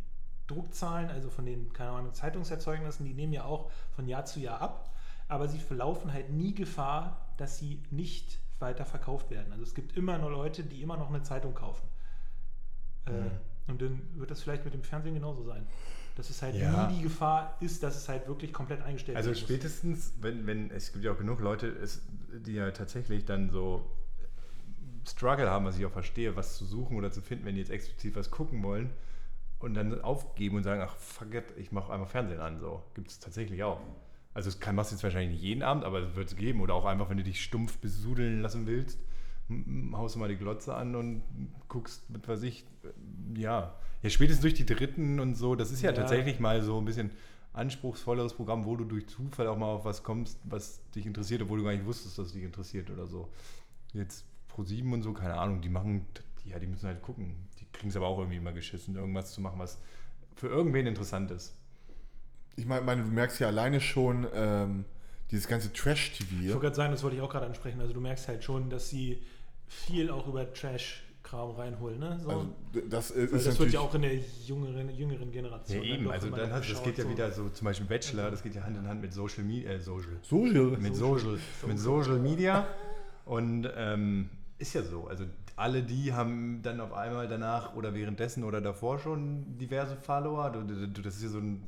Druckzahlen, also von den, keine Ahnung, Zeitungserzeugnissen, die nehmen ja auch von Jahr zu Jahr ab, aber sie verlaufen halt nie Gefahr, dass sie nicht weiter verkauft werden. Also es gibt immer noch Leute, die immer noch eine Zeitung kaufen. Äh,
Hm.
Und dann wird das vielleicht mit dem Fernsehen genauso sein. Dass es halt
Ja.
nie die Gefahr ist, dass es halt wirklich komplett eingestellt
Also
werden muss.
spätestens, wenn, wenn, es gibt ja auch genug Leute, es, die ja tatsächlich dann so äh, Struggle haben, was ich auch verstehe, was zu suchen oder zu finden, wenn die jetzt explizit was gucken wollen und dann aufgeben und sagen, ach fuck it, ich mache einfach Fernsehen an. So gibt es tatsächlich auch. Also es kann, machst du jetzt wahrscheinlich nicht jeden Abend, aber es wird es geben. Oder auch einfach, wenn du dich stumpf besudeln lassen willst, m- m- haust du mal die Glotze an und guckst mit was ich, äh, ja. Ja, spätestens durch die Dritten und so, das ist ja,
Ja.
tatsächlich mal so ein bisschen anspruchsvolleres Programm, wo du durch Zufall auch mal auf was kommst, was dich interessiert, obwohl du gar nicht wusstest, dass es dich interessiert oder so. Jetzt Pro7 und so, keine Ahnung, die machen, ja, die müssen halt gucken. Die kriegen es aber auch irgendwie immer geschissen, irgendwas zu machen, was für irgendwen interessant ist.
Ich meine, meine, du merkst ja alleine schon ähm, dieses ganze
Ich
Trash-TV.
wollte gerade sagen, das wollte ich auch gerade ansprechen. Also du merkst halt schon, dass sie viel auch über Trash-Kram reinholen. Ne? So,
Also, d- das ist
weil das wird
natürlich.
ja auch in der jüngeren, jüngeren Generation.
ne?
dann doch immer noch
hast- Also das
geschaut,
geht ja
also so.
wieder so, zum Beispiel Bachelor, das geht ja Hand in Hand mit Social Media, äh, Social.
Social.
mit Social, mit Social Media. Und ähm, ist ja so. Also alle die haben dann auf einmal danach oder währenddessen oder davor schon diverse Follower. Du- du- du- Das ist ja so ein,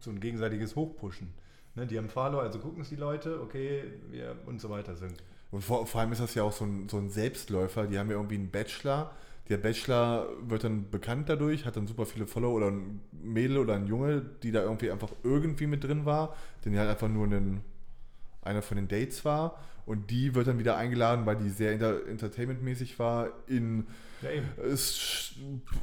so ein gegenseitiges Hochpushen. Ne, die haben Follower, also gucken es die Leute, okay, wir und so weiter sind.
Und vor, vor allem ist das ja auch so ein, so ein Selbstläufer. Die haben ja irgendwie einen Bachelor. Der Bachelor wird dann bekannt dadurch, hat dann super viele Follower oder ein Mädel oder ein Junge, die da irgendwie einfach irgendwie mit drin war, den halt einfach nur einen, einer von den Dates war. Und die wird dann wieder eingeladen, weil die sehr inter entertainmentmäßig war, in
Ja, eben.
äh, S-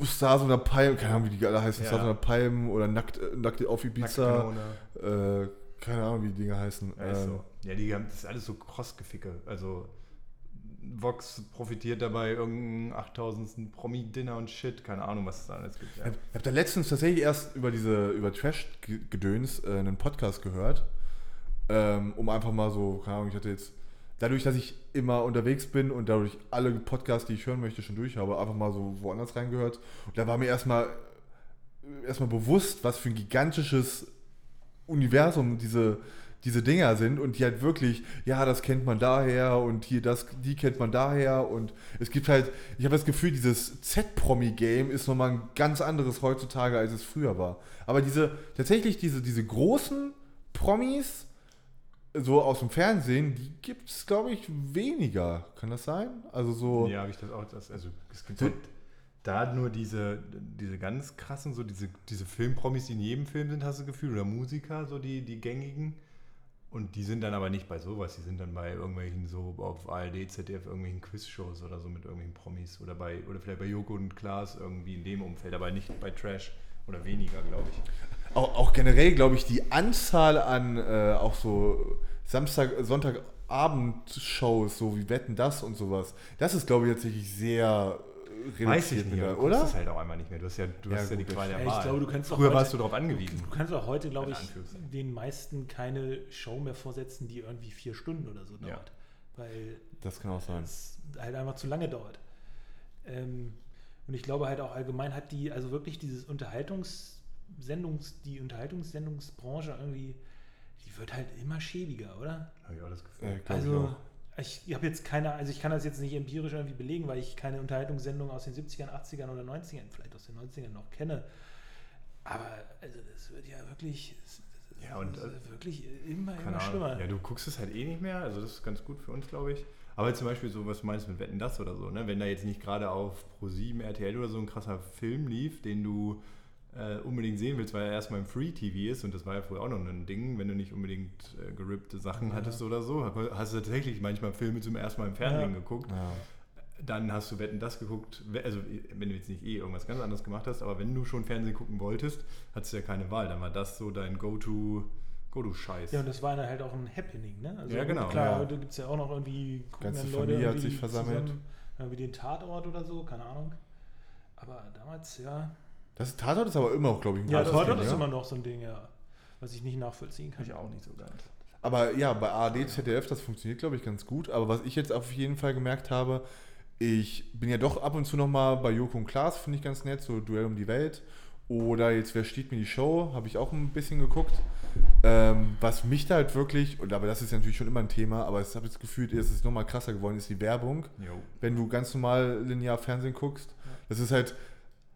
Stars oder Palmen, keine Ahnung, wie die alle heißen,
Ja.
Stars oder Palmen oder nackt, äh, nackt auf Ibiza.
Nacktkanone.
Äh, keine Ahnung, wie die Dinge heißen.
Ja, ist
Ähm,
so. ja, die haben, das ist alles so Crossgeficke. Also Vox profitiert dabei irgendein 8000. Promi-Dinner und Shit. Keine Ahnung, was es da alles gibt. Ja.
Ich habe da letztens tatsächlich erst über diese über Trash-Gedöns äh, einen Podcast gehört, ähm, um einfach mal so, keine Ahnung, ich hatte jetzt dadurch, dass ich immer unterwegs bin und dadurch alle Podcasts, die ich hören möchte, schon durch habe, einfach mal so woanders reingehört. Und da war mir erstmal erstmal bewusst, was für ein gigantisches Universum diese diese Dinger sind und die halt wirklich, ja, das kennt man daher und hier das, die kennt man daher und es gibt halt, ich habe das Gefühl, dieses Z-Promi-Game ist nochmal ein ganz anderes heutzutage, als es früher war. Aber diese, tatsächlich diese, diese großen Promis, so aus dem Fernsehen, die gibt es, glaube ich, weniger. Kann das sein? Also so,
Ja, habe ich das auch. Das, also es gibt
So-
halt da nur diese, diese ganz krassen, so diese, diese Filmpromis, die in jedem Film sind, hast du das Gefühl, oder Musiker, so die, die gängigen. Und die sind dann aber nicht bei sowas, die sind dann bei irgendwelchen so auf ARD, ZDF, irgendwelchen Quizshows oder so mit irgendwelchen Promis oder bei, oder vielleicht bei Joko und Klaas irgendwie in dem Umfeld, aber nicht bei Trash oder weniger, glaube ich.
auch, auch generell, glaube ich, die Anzahl an äh, auch so Samstag, Sonntagabend-Shows, so wie Wetten das und sowas, das ist, glaube ich, tatsächlich sehr äh, reduziert
Weiß ich nicht,
wieder,
aber
oder?
Das ist halt auch einmal nicht mehr. Du hast ja, du
Ja,
hast ja die
gut,
Qual der
Ja, ich
Wahl.
glaube, du kannst doch
Früher
heute-
warst du darauf angewiesen.
Du kannst auch heute, glaube
In
ich,
Anführungszeichen.
den meisten keine Show mehr vorsetzen, die irgendwie vier Stunden oder so
Ja.
dauert. Weil
Das kann auch sein.
es halt einfach zu lange dauert. Ähm, und ich glaube halt auch allgemein hat die, also wirklich dieses Unterhaltungssendungs, die Unterhaltungssendungsbranche irgendwie, die wird halt immer schäbiger, oder?
Habe ich auch das Gefühl.
Äh, glaub ich
Also
auch.
ich, habe jetzt keine, also ich kann das jetzt nicht empirisch irgendwie belegen, weil ich keine Unterhaltungssendung aus den 70ern, 80ern oder 90ern, vielleicht aus den 90ern noch kenne. Aber also das wird ja wirklich, das, das
Ja, und,
ist
äh,
wirklich immer,
Keine
immer
Ahnung.
schlimmer.
Ja, du guckst es halt eh nicht mehr, also das ist ganz gut für uns, glaube ich. Aber zum Beispiel so, was du meinst mit Wetten das oder so, ne? Wenn da jetzt nicht gerade auf Pro7, RTL oder so ein krasser Film lief, den du äh, unbedingt sehen willst, weil er erstmal im Free TV ist und das war ja früher auch noch ein Ding, wenn du nicht unbedingt äh, gerippte Sachen hattest oder so, hab- hast du tatsächlich manchmal Filme zum ersten Mal im Fernsehen
Ja.
geguckt.
Ja.
Dann hast du Wetten das geguckt, we- also wenn du jetzt nicht eh irgendwas ganz anderes gemacht hast, aber wenn du schon Fernsehen gucken wolltest, hattest du ja keine Wahl. Dann war das so dein Go-To, Go-To-Scheiß.
Ja, und das war dann halt auch ein Happening, ne? Also
Ja, genau,
Klar,
ja.
heute gibt es ja auch noch irgendwie gucken
Ganze
dann
Familie hat
irgendwie
sich versammelt.
zusammen, Irgendwie den Tatort oder so, keine Ahnung. Aber damals, ja.
Das Tatort ist aber immer auch, glaube ich, ein
Ja,
großes
Tatort
Ding,
ist
ja?
immer noch so ein Ding, ja. Was ich nicht nachvollziehen kann.
nicht so ganz.
Aber ja, bei ARD, ZDF, das funktioniert, glaube ich, ganz gut. Aber was ich jetzt auf jeden Fall gemerkt habe, ich bin ja doch ab und zu nochmal bei Joko und Klaas, finde ich ganz nett, so Duell um die Welt. Oder jetzt, wer steht mir die Show, habe ich auch ein bisschen geguckt. Ähm, was mich da halt wirklich, und aber das ist ja natürlich schon immer ein Thema, aber ich habe das Gefühl, es ist nochmal krasser geworden, ist die Werbung
Jo.
wenn du ganz normal linear Fernsehen guckst. Das ist halt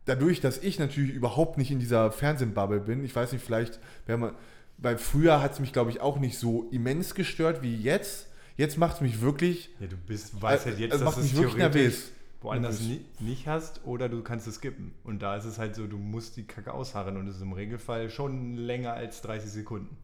dadurch, dass ich natürlich überhaupt nicht in dieser Fernsehbubble bin. Ich weiß nicht, vielleicht, wenn man, weil früher hat es mich, glaube ich, auch nicht so immens gestört wie jetzt. Jetzt macht es mich wirklich,
Ja, du bist, weißt halt jetzt,
also
dass
macht
du es
mich wirklich
theoretisch
nervös.
woanders
Nervös.
ni- nicht hast oder du kannst es skippen. Und da ist es halt so, du musst die Kacke ausharren und es ist im Regelfall schon länger als 30 Sekunden.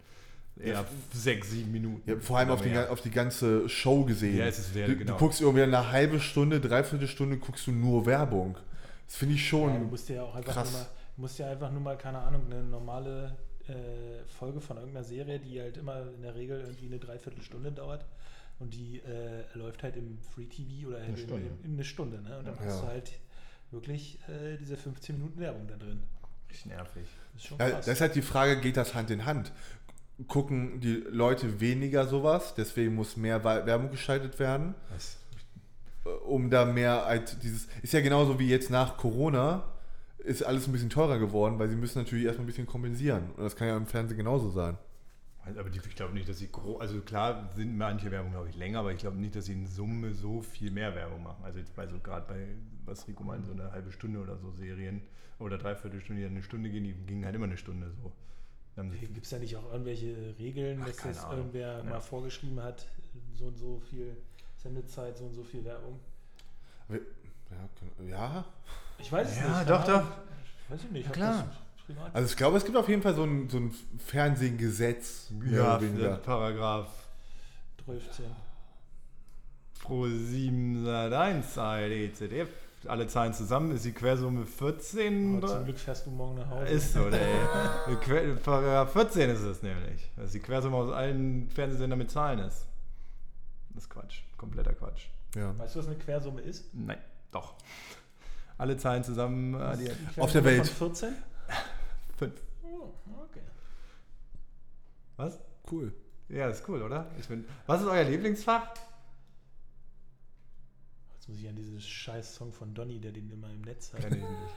Ja, sechs, sieben Minuten.
ja, vor allem
Oder
auf die,
mehr.
ga- auf die ganze Show gesehen.
Ja, es ist sehr-
du,
genau.
du guckst irgendwie eine halbe Stunde, dreiviertel Stunde, guckst du nur Werbung. Das finde ich schon.
Ja, du musst dir ja auch einfach
krass.
nur mal, du musst ja einfach nur mal, keine Ahnung, eine normale äh, Folge von irgendeiner Serie, die halt immer in der Regel irgendwie eine Dreiviertelstunde dauert. Und die äh, läuft halt im Free TV oder halt in,
Stunde.
in, in eine Stunde, ne? Und dann hast
Ja.
du halt wirklich äh, diese 15 Minuten Werbung da drin.
Richtig nervig.
Das ist schon
Ja,
krass.
das ist halt die Frage, geht das Hand in Hand? Gucken die Leute weniger sowas, deswegen muss mehr Wa- Werbung geschaltet werden,
Das,
äh, um da mehr halt dieses. Ist ja genauso wie jetzt nach Corona, ist alles ein bisschen teurer geworden, weil sie müssen natürlich erstmal ein bisschen kompensieren. Und das kann ja im Fernsehen genauso sein.
aber die, ich glaube nicht, dass sie gro- Also klar sind manche Werbung, glaube ich, länger, aber ich glaube nicht, dass sie in Summe so viel mehr Werbung machen. Also jetzt bei so gerade bei, was Rico meint, so eine halbe Stunde oder so Serien oder dreiviertel Stunde, die dann eine Stunde gehen, die gingen halt immer eine Stunde so. Da haben sie
Gibt es da nicht auch irgendwelche Regeln, dass
keine
das
Ahnung.
irgendwer
Ja.
mal vorgeschrieben hat, so und so viel Sendezeit, so und so viel Werbung?
Aber- Ja, kann- ja.
Ich weiß es
Ja,
nicht. keine
doch,
Ahnung.
doch.
Weiß ich nicht. ob
klar.
das privat-
Also ich glaube, es gibt auf jeden Fall so ein, so ein Fernsehgesetz. mehr
Ja,
oder weniger.
der Paragraph Also
12.
pro 7 Sat 1 ARD, ZDF. E, Alle Zahlen zusammen ist die Quersumme 14.
Aber zum Glück fährst du morgen nach Hause.
Ist so, oder ey. Die Que- Paragraph 14 ist es nämlich. Dass die Quersumme aus allen Fernsehsendern mit Zahlen ist. Das ist Quatsch. Kompletter Quatsch.
ja.
weißt du, was eine Quersumme ist?
Nein, doch. Alle Zahlen zusammen äh, ARD.
Quersumme
Auf der Welt.
Von 14?
5.
Oh, okay.
Was?
Cool.
Ja, ist cool, oder? Ich bin, was ist euer Lieblingsfach?
Jetzt muss ich an diesen scheiß Song von Donny, der den immer im Netz hat.
Kenn ich nicht.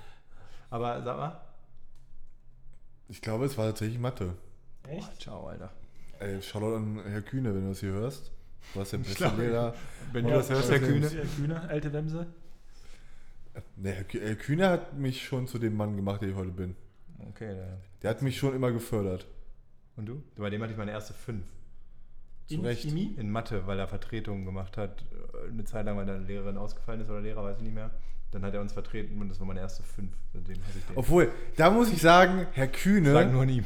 Aber sag mal.
Ich glaube, es war tatsächlich Mathe.
Echt?
Ciao, Alter.
Ey, Shoutout an Herr Kühne, wenn du das hier hörst. Du warst der beste
glaube,
Lehrer.
Wenn du
Ja,
das hörst, Herr
Kühne.
Kühne.
Herr Kühne, alte Wemse.
Nee, Herr Kü- Herr Kühne hat mich schon zu dem Mann gemacht, der ich heute bin.
Okay, dann.
Der hat mich schon immer gefördert.
Und du? Bei dem hatte ich meine erste 5.
Zu
In
Recht.
Chemie?
in Mathe, weil er Vertretungen gemacht hat. Eine Zeit lang, weil da eine Lehrerin ausgefallen ist oder Lehrer, weiß ich nicht mehr. Dann hat er uns vertreten und das war meine erste fünf. Seitdem hasse ich den.
Obwohl, da muss ich sagen, Herr
Sag
Kühne,
nur an ihm.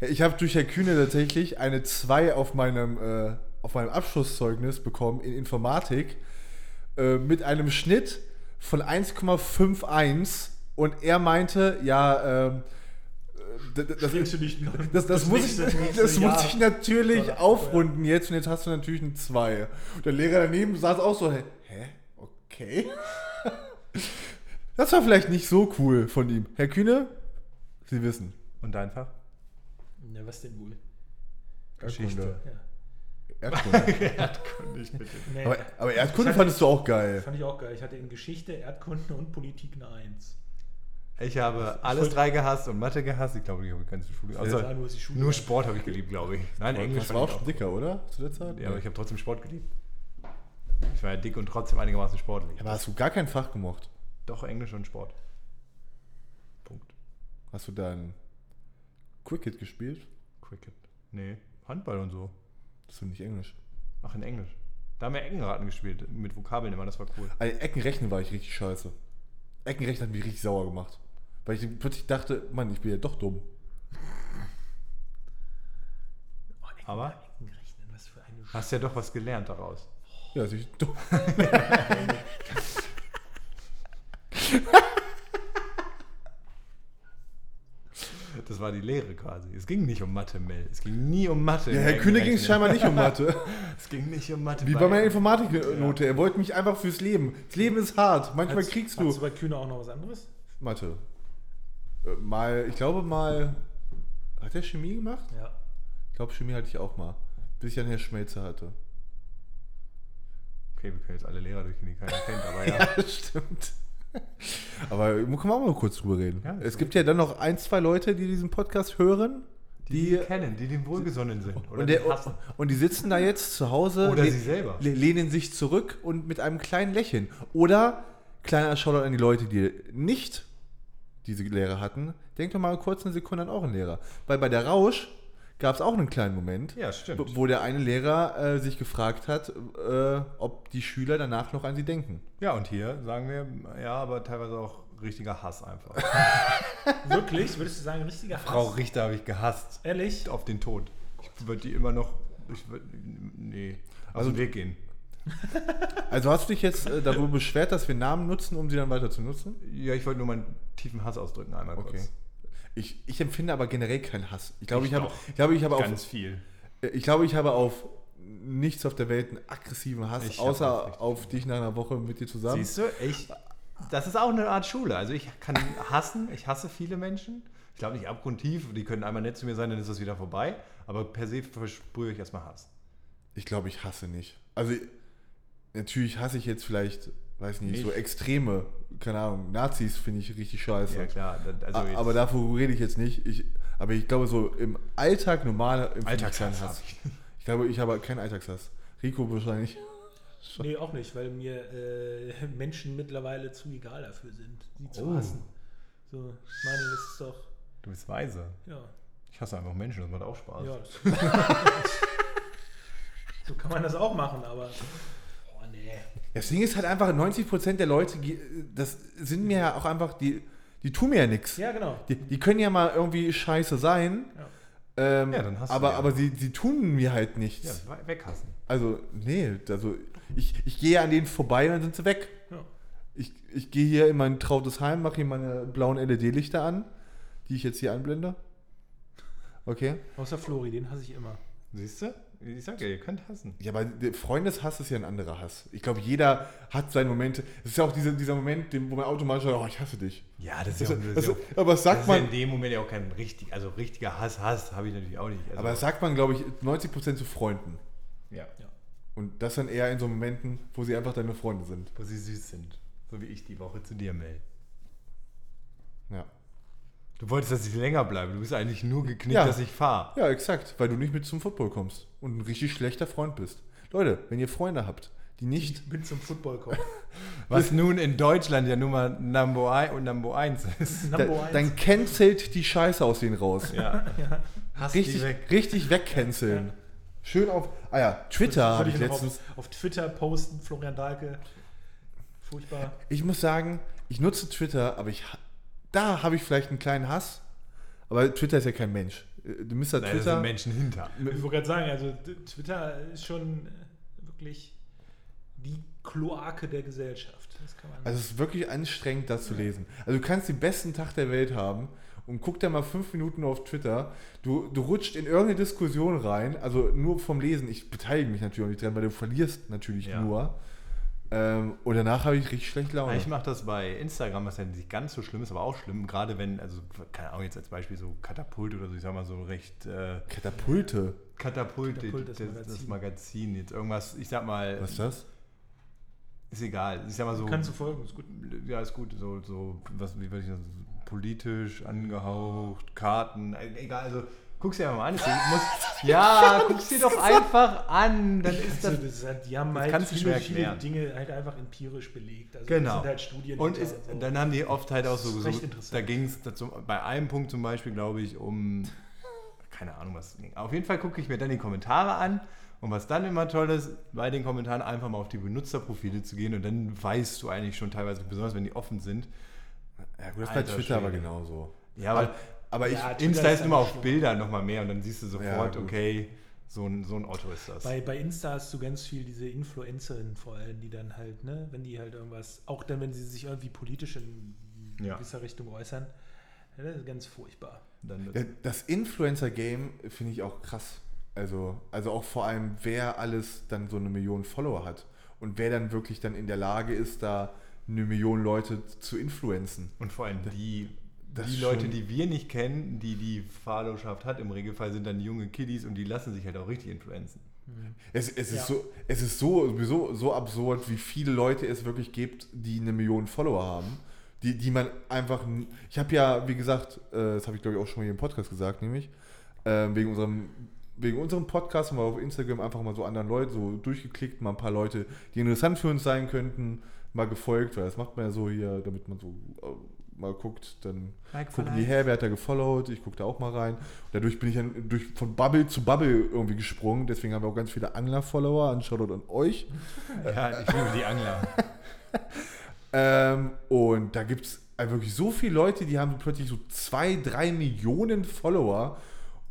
ich habe durch Herr Kühne tatsächlich eine 2 auf meinem, äh, auf meinem Abschlusszeugnis bekommen in Informatik äh, mit einem Schnitt von 1,51 und er meinte, ja, ähm, äh, d- d- das,
Willst du nicht noch-
Das, das, muss,
nächste-
ich,
nächste
das muss
Jahr.
ich natürlich
Oder-
aufrunden jetzt und jetzt hast du natürlich ein 2. Und der Lehrer daneben saß auch so, hä? Okay. Das war vielleicht nicht so cool von ihm. Herr Kühne, Sie wissen.
Und einfach?
Na, was denn wohl?
Geschichte.
Ja.
Erdkunde.
Ich bitte.
Nee,
aber, aber Erdkunde
Ich hatte-
fandest du auch geil.
fand ich auch geil. Ich hatte in Geschichte, Erdkunde und Politik eine Eins.
Ich habe alles drei gehasst und Mathe gehasst. Ich glaube, die habe ich ganze Schule.
Also,
Außer
nur, dass die Schule
nur
war.
Sport habe ich geliebt, glaube ich. Nein, Englisch
Das
fand
war auch
ich
schon dicker, oder? Zu der Zeit?
Ja, aber ich habe trotzdem Sport geliebt. Ich war ja dick und trotzdem einigermaßen sportlich.
aber hast du gar kein Fach gemocht?
Doch Englisch und Sport. Punkt.
Hast du dann Cricket gespielt?
Cricket. Nee, Handball und so.
Das ist doch nicht Englisch.
Ach, in Englisch. Da haben wir Eckenraten gespielt, mit Vokabeln immer, das war cool.
Also Eckenrechnen war ich richtig scheiße. Eckenrechnen hat mich richtig sauer gemacht. Weil ich plötzlich dachte, Mann, ich bin ja doch dumm.
Oh, Ecken,
Aber-
Ecken rechnen, was für eine Sch
Hast ja doch was gelernt daraus.
Ja, dass ich dumm.
Das war die Lehre quasi. Es ging nicht um Mathe, Mel. Es ging nie um Mathe.
Ja,
im
Herr Kühne ging es
Eckenrechnen.
scheinbar nicht um Mathe.
Es ging nicht um Mathe.
Wie bei meiner Informatiknote. Er wollte mich einfach fürs Leben. Das Leben ist hart. Manchmal
Hat's-
kriegst
hattest
du.
bei Kühne auch noch was anderes?
Mathe. Äh, Mal, ich glaube mal. Hat er Chemie gemacht?
Ja.
Ich glaube, Chemie hatte ich auch mal. Bis ich dann Herr Schmelze hatte.
Okay, wir können jetzt alle Lehrer durchgehen, die keiner kennt, aber ja.
stimmt. Aber da können wir auch mal kurz drüber reden.
Ja,
es
so.
gibt ja dann noch ein, zwei Leute, die diesen Podcast hören.
Die,
Die-
die kennen, die dem wohlgesonnen sind. Oder
und, der,
die hassen.
und die sitzen da jetzt zu Hause.
Oder
le-
sie selber.
le- Lehnen sich zurück und mit einem kleinen Lächeln. Oder kleiner Shoutout an die Leute, die nicht diese Lehre hatten. Denkt doch mal kurz eine Sekunde an euren Lehrer. Weil bei der Rausch gab es auch einen kleinen Moment,
Ja, stimmt.
wo- wo der eine Lehrer äh, sich gefragt hat, äh, ob die Schüler danach noch an sie denken.
Ja, und hier sagen wir, ja, aber teilweise auch richtiger Hass einfach.
Wirklich? Würdest du sagen, richtiger Hass?
Frau Richter habe ich gehasst.
Ehrlich?
Auf den Tod. Ich würde die immer noch. Ich würd, nee. Aus
Also-
dem Weg gehen.
Also hast du dich jetzt äh, darüber beschwert, dass wir Namen nutzen, um sie dann weiter zu nutzen?
Ja, ich wollte nur meinen tiefen Hass ausdrücken einmal kurz.
Okay. Ich, ich empfinde aber generell keinen Hass. Ich glaube, ich,
Ich
habe,
doch.
ich glaube, ich habe auf
Ganz viel.
Ich glaube, ich habe auf nichts auf der Welt einen aggressiven Hass,
Ich hab auf
außer
richtig
auf dich nach einer Woche mit dir zusammen.
Siehst du, ich. Das ist auch eine Art Schule. Also ich kann hassen, ich hasse viele Menschen. Ich glaube nicht abgrundtief, die können einmal nett zu mir sein, dann ist das wieder vorbei. Aber per se versprühe ich erstmal Hass.
Ich glaube, ich hasse nicht. Also ich- natürlich hasse ich jetzt vielleicht, weiß nicht,
Nicht.
so extreme, keine Ahnung, Nazis finde ich richtig scheiße.
Ja, klar. da- Also
A-
jetzt-
aber davor rede ich jetzt nicht. Ich, aber ich glaube, so im Alltag normaler empfinde ich
Alltagshass
keinen
habe ich.
Ich glaube, ich habe keinen Alltagshass. Rico wahrscheinlich.
Nee, auch nicht, weil mir äh, Menschen mittlerweile zu egal dafür sind, sie zu
Oh.
hassen. So, ich meine, das ist doch,
Du bist weise.
ja.
Ich hasse einfach Menschen, das macht auch Spaß.
ja das so kann man das auch machen, aber. Oh, nee.
Das Ding ist halt einfach, 90% der Leute, ge- das sind mir ja auch einfach, die, die tun mir ja nichts.
Ja, genau.
Die, die können ja mal irgendwie scheiße sein.
Ja.
Ähm,
Ja, dann hast du
aber
die
aber
ja.
sie, sie tun mir halt
Ja,
nichts.
we- weghassen.
Also, nee, also ich, ich gehe an denen vorbei und dann sind sie weg.
Ja.
Ich, ich gehe hier in mein trautes Heim, mache hier meine blauen LED-Lichter an, die ich jetzt hier anblende. Okay.
Außer Flori, den hasse ich immer.
Siehst du? Ich sag ja, ihr könnt hassen.
Ja, aber der Freundeshass ist ja ein anderer Hass. Ich glaube, jeder hat seine Momente. Es ist ja auch dieser, dieser Moment, den- wo man automatisch sagt, oh, ich hasse dich.
Ja, das
Das,
ist ja,
das,
das ist ja,
aber
das
das sagt
ist ja
man,
in dem Moment ja auch kein richtig, also richtiger Hass, Hass habe ich natürlich auch nicht. Also,
aber das sagt man, glaube ich, 90% zu Freunden.
ja,
Ja.
Und das dann eher in so Momenten, wo sie einfach deine Freunde sind.
wo sie süß sind. So wie ich die Woche zu dir, Mel.
Ja.
Du wolltest, dass ich länger bleibe. Du bist eigentlich nur geknickt,
Ja.
dass ich fahre.
Ja, exakt, weil du nicht mit zum Football kommst und ein richtig schlechter Freund bist. Leute, wenn ihr Freunde habt, die nicht.
Ich bin zum Football gekommen.
Was nun in Deutschland ja nun mal Number 1 und Number 1 ist.
Da,
Number
dann
eins.
cancelt die Scheiße aus denen raus.
Ja. Hass
richtig, richtig wegcanceln. Schön auf. Ah ja, Twitter habe ich
Würde noch
letztens.
Auf, auf Twitter posten, Florian Dahlke. Furchtbar.
Ich muss sagen, ich nutze Twitter, aber ich. ha- Da habe ich vielleicht einen kleinen Hass. Aber Twitter ist ja kein Mensch. Äh, Du müsst da
Nein, da sind
Twitter.
Menschen hinter.
Ich wollte gerade sagen, also t- Twitter ist schon äh, wirklich die Kloake der Gesellschaft. Das kann man
Also es ist wirklich anstrengend, das zu lesen. Also du kannst den besten Tag der Welt haben und guck da mal fünf Minuten auf Twitter. Du, du rutscht in irgendeine Diskussion rein, also nur vom Lesen. Ich beteilige mich natürlich auch nicht dran, weil du verlierst natürlich
Ja.
nur. Ähm, und danach habe ich richtig schlecht Laune.
Ich mache das bei Instagram, was ja nicht ganz so schlimm ist, aber auch schlimm. Gerade wenn, also, keine Ahnung, jetzt als Beispiel so Katapult oder so, ich sag mal so recht. Äh,
Katapulte.
Katapult,
Katapult,
das,
das
das Magazin.
Magazin.
jetzt irgendwas, ich sag mal,
Was ist das?
ist egal. Ich sag mal so.
Kannst du folgen, ist gut.
ja, ist gut, so, so was, wie würde ich das, politisch angehaucht, Karten, e- egal, also. Guck's dir mal an. Deswegen Muss, ja, guck's dir doch einfach an. Dann ist das
Also das hat, die haben
das
halt
kannst du
viele,
schwer
viele
erklären.
Dinge halt einfach empirisch belegt. Also
Genau.
das sind halt Studien.
Und
hinter
ist,
so.
dann haben die oft halt auch so,
ist
so
recht interessant.
da ging es bei einem Punkt zum Beispiel, glaube ich, um keine Ahnung was. Auf jeden Fall gucke ich mir dann die Kommentare an und was dann immer toll ist, bei den Kommentaren einfach mal auf die Benutzerprofile zu gehen und dann weißt du eigentlich schon teilweise, besonders wenn die offen sind.
Ja, gut, das ist bei
Alter
Twitter
Schwede.
aber genauso.
Ja, aber, aber ich,
Ja, Twitter
Insta
ist
ist
dann
immer
noch
auf
schlimmer.
Bildern nochmal mehr und dann siehst du sofort,
gut.
okay, so ein, so ein Otto ist das.
Bei, bei Insta hast du ganz viel diese Influencerinnen vor allem, die dann halt, ne, wenn die halt irgendwas, auch dann, wenn sie sich irgendwie politisch in
Ja.
gewisser Richtung äußern, ja, das ist ganz furchtbar.
dann,
Ja, Das Influencer-Game finde ich auch krass. Also, also auch vor allem, wer alles dann so eine Million Follower hat und wer dann wirklich dann in der Lage ist, da eine Million Leute zu influenzen.
Und vor allem die,
das
die
schon-
Leute, die wir nicht kennen, die die Fahrerschaft hat, im Regelfall sind dann junge Kiddies und die lassen sich halt auch richtig influenzen.
Es, es,
Ja.
ist, so, es ist so, sowieso so absurd, wie viele Leute es wirklich gibt, die eine Million Follower haben. Die, die man einfach. n- Ich habe ja, wie gesagt, äh, das habe ich glaube ich auch schon mal hier im Podcast gesagt, nämlich, äh, wegen unserem. Wegen unserem Podcast haben wir auf Instagram einfach mal so anderen Leuten so durchgeklickt, mal ein paar Leute, die interessant für uns sein könnten, mal gefolgt, weil das macht man ja so hier, damit man so äh, mal guckt, dann
Like for
gucken die
like.
her, wer hat da gefollowt, ich gucke da auch mal rein. Und dadurch bin ich dann durch, von Bubble zu Bubble irgendwie gesprungen, deswegen haben wir auch ganz viele Angler-Follower, ein Shoutout an euch.
Ja, ich liebe die Angler.
Ähm, und da gibt es wirklich so viele Leute, die haben plötzlich so zwei, drei Millionen Follower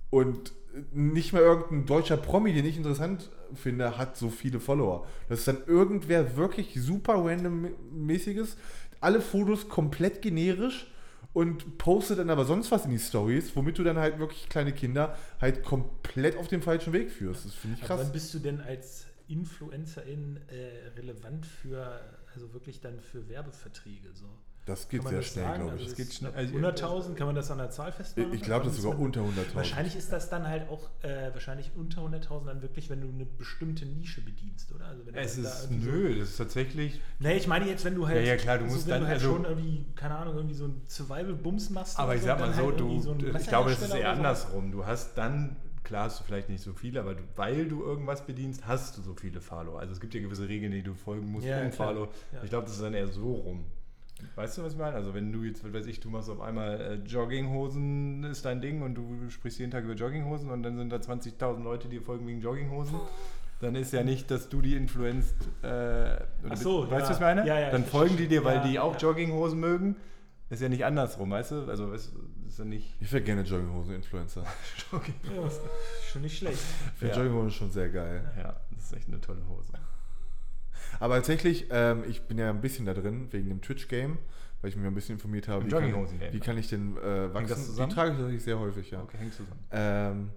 und äh, nicht mehr irgendein deutscher Promi, den ich interessant finde, hat so viele Follower. Das ist dann irgendwer wirklich super random-mäßiges, alle Fotos komplett generisch und postet dann aber sonst was in die Stories, womit du dann halt wirklich kleine Kinder halt komplett auf den falschen Weg führst. Das finde ich
Aber
krass.
wann bist du denn als Influencerin äh, relevant für, also wirklich dann für Werbeverträge? So?
Das
Kann
geht
man
sehr
das
schnell,
sagen?
glaube
Also
ich.
das
geht
geht
schnell.
schnell.
Also,
100.000, kann man das an der Zahl festmachen?
Ich glaube, das ist
Wann
sogar
man-
unter 100.000.
Wahrscheinlich ist das dann halt auch äh, wahrscheinlich unter 100.000 dann wirklich, wenn du eine bestimmte Nische bedienst, oder? Also wenn du
Es
dann da
ist,
irgendwie so-
nö, das ist tatsächlich,
Nee, ich meine jetzt, wenn du halt.
Ja, ja, klar, du musst
wenn
dann-
du halt
also-
schon irgendwie, keine Ahnung, irgendwie so ein Survival-Bums machst.
aber
und
ich
so,
sag mal
dann
so,
halt irgendwie
du,
so einen
ich glaube, es ist
Wasserhersteller
eher
oder so.
andersrum. Du hast dann, klar hast du vielleicht nicht so viel, aber du, weil du irgendwas bedienst, hast du so viele Follower. Also es gibt ja gewisse Regeln, die du folgen musst,
Ja,
um
klar.
Follow.
Ja.
Ich glaube, das ist dann eher so rum. Weißt du, was ich meine? Also wenn du jetzt, was weiß ich, du machst auf einmal äh, Jogginghosen ist dein Ding und du sprichst jeden Tag über Jogginghosen und dann sind da 20.000 Leute, die dir folgen wegen Jogginghosen, dann ist ja nicht, dass du die influenzt. Äh, oder
Ach so,
weißt du,
ja.
was ich meine?
Ja, ja,
dann
ich-
folgen die dir, weil
ja,
die auch
ja.
Jogginghosen mögen. Ist ja nicht andersrum, weißt du? Also es ist ja nicht
Ich wäre gerne Jogginghosen-Influencer.
Jogging.
Ja, ist schon nicht schlecht.
Ich finde
Ja.
Jogginghosen schon sehr geil.
Ja, das ist echt eine tolle Hose.
Aber tatsächlich, ähm, ich bin ja ein bisschen da drin wegen dem Twitch-Game, weil ich mich ein bisschen informiert habe.
Im
Wie kann,
Jogginghosen-Game.
wie kann ich denn äh, wachsen?
das zusammen?
Die trage ich tatsächlich sehr häufig, ja.
Okay, hängt zusammen.
Ähm,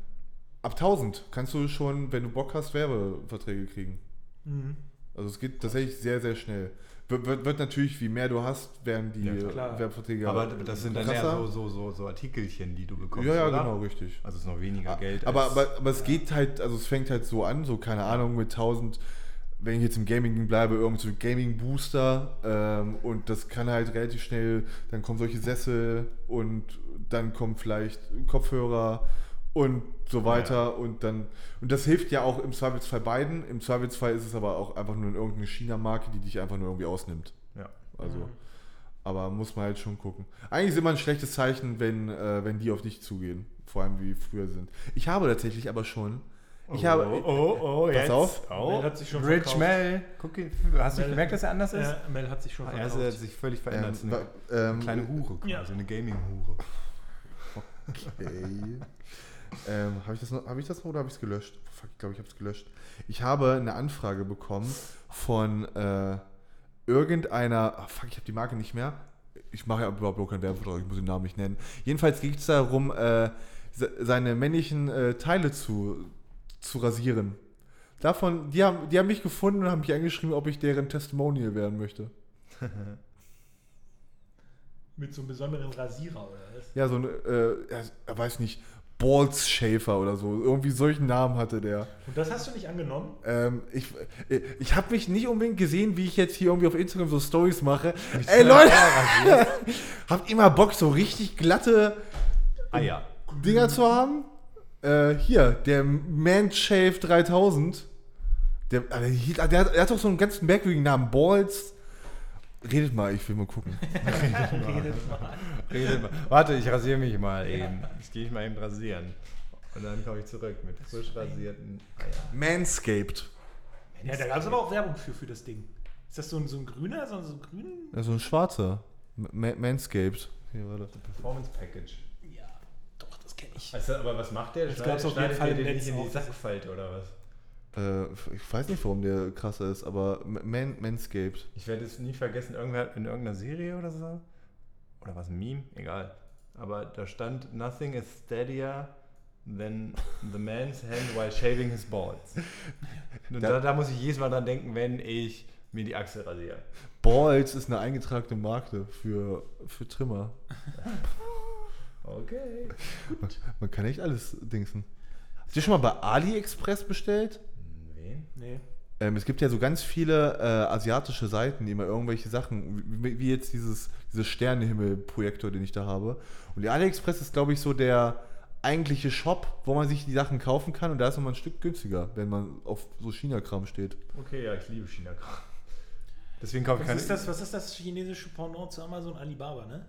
ab 1000 kannst du schon, wenn du Bock hast, Werbeverträge kriegen.
Mhm.
Also es geht tatsächlich sehr, sehr schnell. Wird, wird, wird natürlich, wie mehr du hast, werden die
Ja,
klar.
Werbeverträge
aber das sind dann eher
krasser.
so, so, so, so Artikelchen, die du bekommst.
Ja, ja,
oder?
genau, richtig.
Also es ist noch weniger Geld.
Ah, Aber,
als-
aber, aber es geht halt, also es fängt halt so an, so keine Ahnung, mit 1000, wenn ich jetzt im Gaming bleibe, irgend so Gaming Booster ähm, und das kann halt relativ schnell, dann kommen solche Sessel und dann kommen vielleicht Kopfhörer und so weiter
Ja.
und dann, und das hilft ja auch im Zweifelsfall beiden, im Zweifelsfall ist es aber auch einfach nur irgendeine China-Marke, die dich einfach nur irgendwie ausnimmt.
ja.
Also, aber muss man halt schon gucken. Eigentlich ist immer ein schlechtes Zeichen, wenn, äh, wenn die auf dich zugehen. Vor allem wie früher sind. Ich habe tatsächlich aber schon. Ich habe.
oh, oh, oh,
Pass
jetzt.
auf.
Oh.
Mel hat sich schon
Rich
verkauft.
Mel. Guck, ihn- hast du
Mel-
gemerkt, dass er anders ist? Ah,
Ja, Mel hat sich schon
er hat
verkauft.
sich völlig
Ähm,
verändert.
wa-
eine
ähm,
kleine Hure quasi,
Ja.
eine Gaming-Hure.
Okay. ähm, habe ich, das noch- hab ich das noch oder habe ich es gelöscht? Fuck, ich glaube, ich habe es gelöscht. Ich habe eine Anfrage bekommen von äh, irgendeiner. ah, fuck, ich habe die Marke nicht mehr. Ich mache ja überhaupt noch keinen Werbevertrag, ich muss den Namen nicht nennen. Jedenfalls geht es darum, äh, se- seine männlichen äh, Teile zu, zu rasieren. Davon, die haben, die haben mich gefunden und haben mich angeschrieben, ob ich deren Testimonial werden möchte.
Mit so einem besonderen Rasierer oder was?
Ja, so ein, äh, ja, er weiß nicht, Balls Schäfer oder so. Irgendwie solchen Namen hatte der.
Und das hast du nicht angenommen?
Ähm, ich äh, ich habe mich nicht unbedingt gesehen, wie ich jetzt hier irgendwie auf Instagram so Stories mache. Ey Leute, habt ihr mal Bock, so richtig glatte
Ah ja.
Dinger zu haben? Äh, hier, der Manshave 3000. Der, aber der, hielt- der, hat, der hat doch so einen ganz merkwürdigen Namen. Balls. Redet mal, ich will mal gucken.
Redet mal.
Redet mal. Warte, ich rasiere mich mal eben. Jetzt gehe ich mal eben rasieren. Und dann komme ich zurück mit frisch rasierten Eiern.
Manscaped.
Ah Ja, da gab es aber auch Werbung für, für das Ding. Ist das so ein, so ein grüner, so ein, so ein grünen?
Ja, so ein schwarzer. Ma Manscaped.
Performance Package.
Ja, doch, das kenne ich.
Also, aber was macht der?
Das gab's auf jeden Fall
der
im
den
Netz
nicht in die
auch.
Sackfalte oder was?
Äh, ich weiß nicht, warum der krasser ist, aber Ma- Man Manscaped.
Ich werde es nie vergessen, irgendwer hat in irgendeiner Serie oder so. Oder was, ein Meme? Egal. Aber da stand, nothing is steadier than the man's hand while shaving his balls. Und da, da muss ich jedes Mal dran denken, wenn ich mir die Achsel rasiere.
Balls ist eine eingetragene Marke für, für Trimmer.
Okay.
Man, man kann echt alles dingsen. Habt ihr schon mal bei AliExpress bestellt?
Wen?
Nee.
Ähm, es gibt ja so ganz viele äh, asiatische Seiten, die immer irgendwelche Sachen, wie, wie jetzt dieses, dieses Sternenhimmel-Projektor, den ich da habe. Und die AliExpress ist, glaube ich, so der eigentliche Shop, wo man sich die Sachen kaufen kann. Und da ist nochmal ein Stück günstiger, wenn man auf so China-Kram steht.
Okay, ja, ich liebe china -Kram. Deswegen kaufe ich
Was
keine.
ist, das, was ist das chinesische Pendant zu Amazon Alibaba, ne?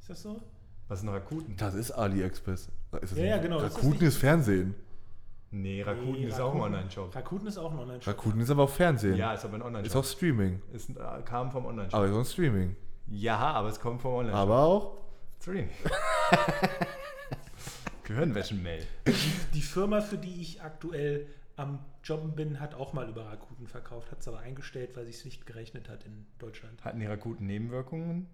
Ist das so?
Was ist noch Rakuten?
Das ist AliExpress. Ist das
Ja,
nicht-
ja, genau, das ist
Rakuten
nicht-
ist, Fernsehen.
Nee, Rakuten
Nee,
ist auch ein Online-Shop.
Rakuten ist auch ein Online-Shop.
Rakuten ist aber auch Fernsehen.
Ja, ist aber ein
ist auch
Online-Shop.
Streaming.
Es äh, kam vom
Oh.
Online-Shop.
Aber ist auch Streaming.
Ja, aber es kommt vom Online-Shop.
Aber auch
Stream. Gehirnwäschen-Mail.
Die Firma, für die ich aktuell am Jobben bin, hat auch mal über Rakuten verkauft, hat es aber eingestellt, weil sich nicht gerechnet hat in Deutschland.
Hatten die Rakuten Nebenwirkungen?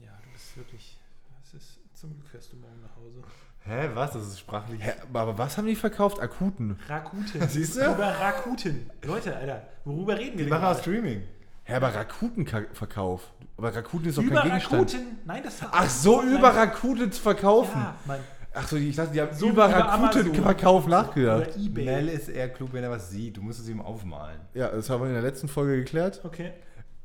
Ja, du bist wirklich. Es ist, zum Glück fährst du morgen nach Hause.
Hä, was? Das ist sprachlich.
Hä, aber was haben die verkauft? Akuten.
Rakuten.
Siehst du?
Über Rakuten. Leute, Alter, worüber reden wir
Die
denn?
machen auch
gerade?
Streaming.
Hä, aber Rakuten-Verkauf. Aber Rakuten ist doch
Über
kein Gegenstand.
Rakuten. Nein, das war.
Ach so,
Nein.
über Rakuten zu verkaufen.
Ja, Mann.
Ach so, ich dachte, die haben
So
über
wie über Amazon.
Rakuten-Verkauf nachgedacht.
Oder eBay.
Mel ist eher klug, wenn er was sieht. Du musst es ihm aufmalen.
Ja, das haben wir in der letzten Folge geklärt.
Okay.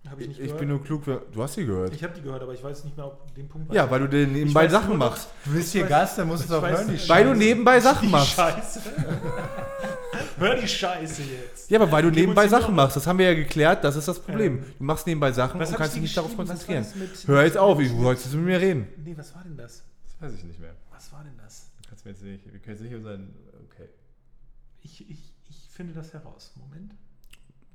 Habe ich nicht
Ich, ich
gehört.
bin nur klug, wer- du hast sie gehört.
ich habe die gehört, aber ich weiß nicht mehr, ob den Punkt.
ja, weil du dir nebenbei
weiß nur
Sachen
noch-
machst.
Du bist hier
weiß-
Gast, dann musst du es auch
weiß-
hören. Die
ich
Weil du
weiß-
nebenbei Sachen
die
machst.
Scheiße. Hör die Scheiße jetzt.
Ja, aber weil du
Gib uns
nebenbei
die
Sachen
Nummer.
machst, das haben wir ja geklärt, das ist das Problem.
Ähm,
Du machst nebenbei Sachen
was
und
hab ich
kannst
dir
dich nicht darauf
geschrieben? Was
konzentrieren.
war das mit-
Hör jetzt auf, ich du sollst jetzt mit mir reden.
Nee, was war denn das?
Das weiß ich nicht mehr.
Was war denn das?
Kannst mir jetzt nicht, wir können jetzt nicht unseren. Okay.
Ich, ich, ich finde das heraus. Moment.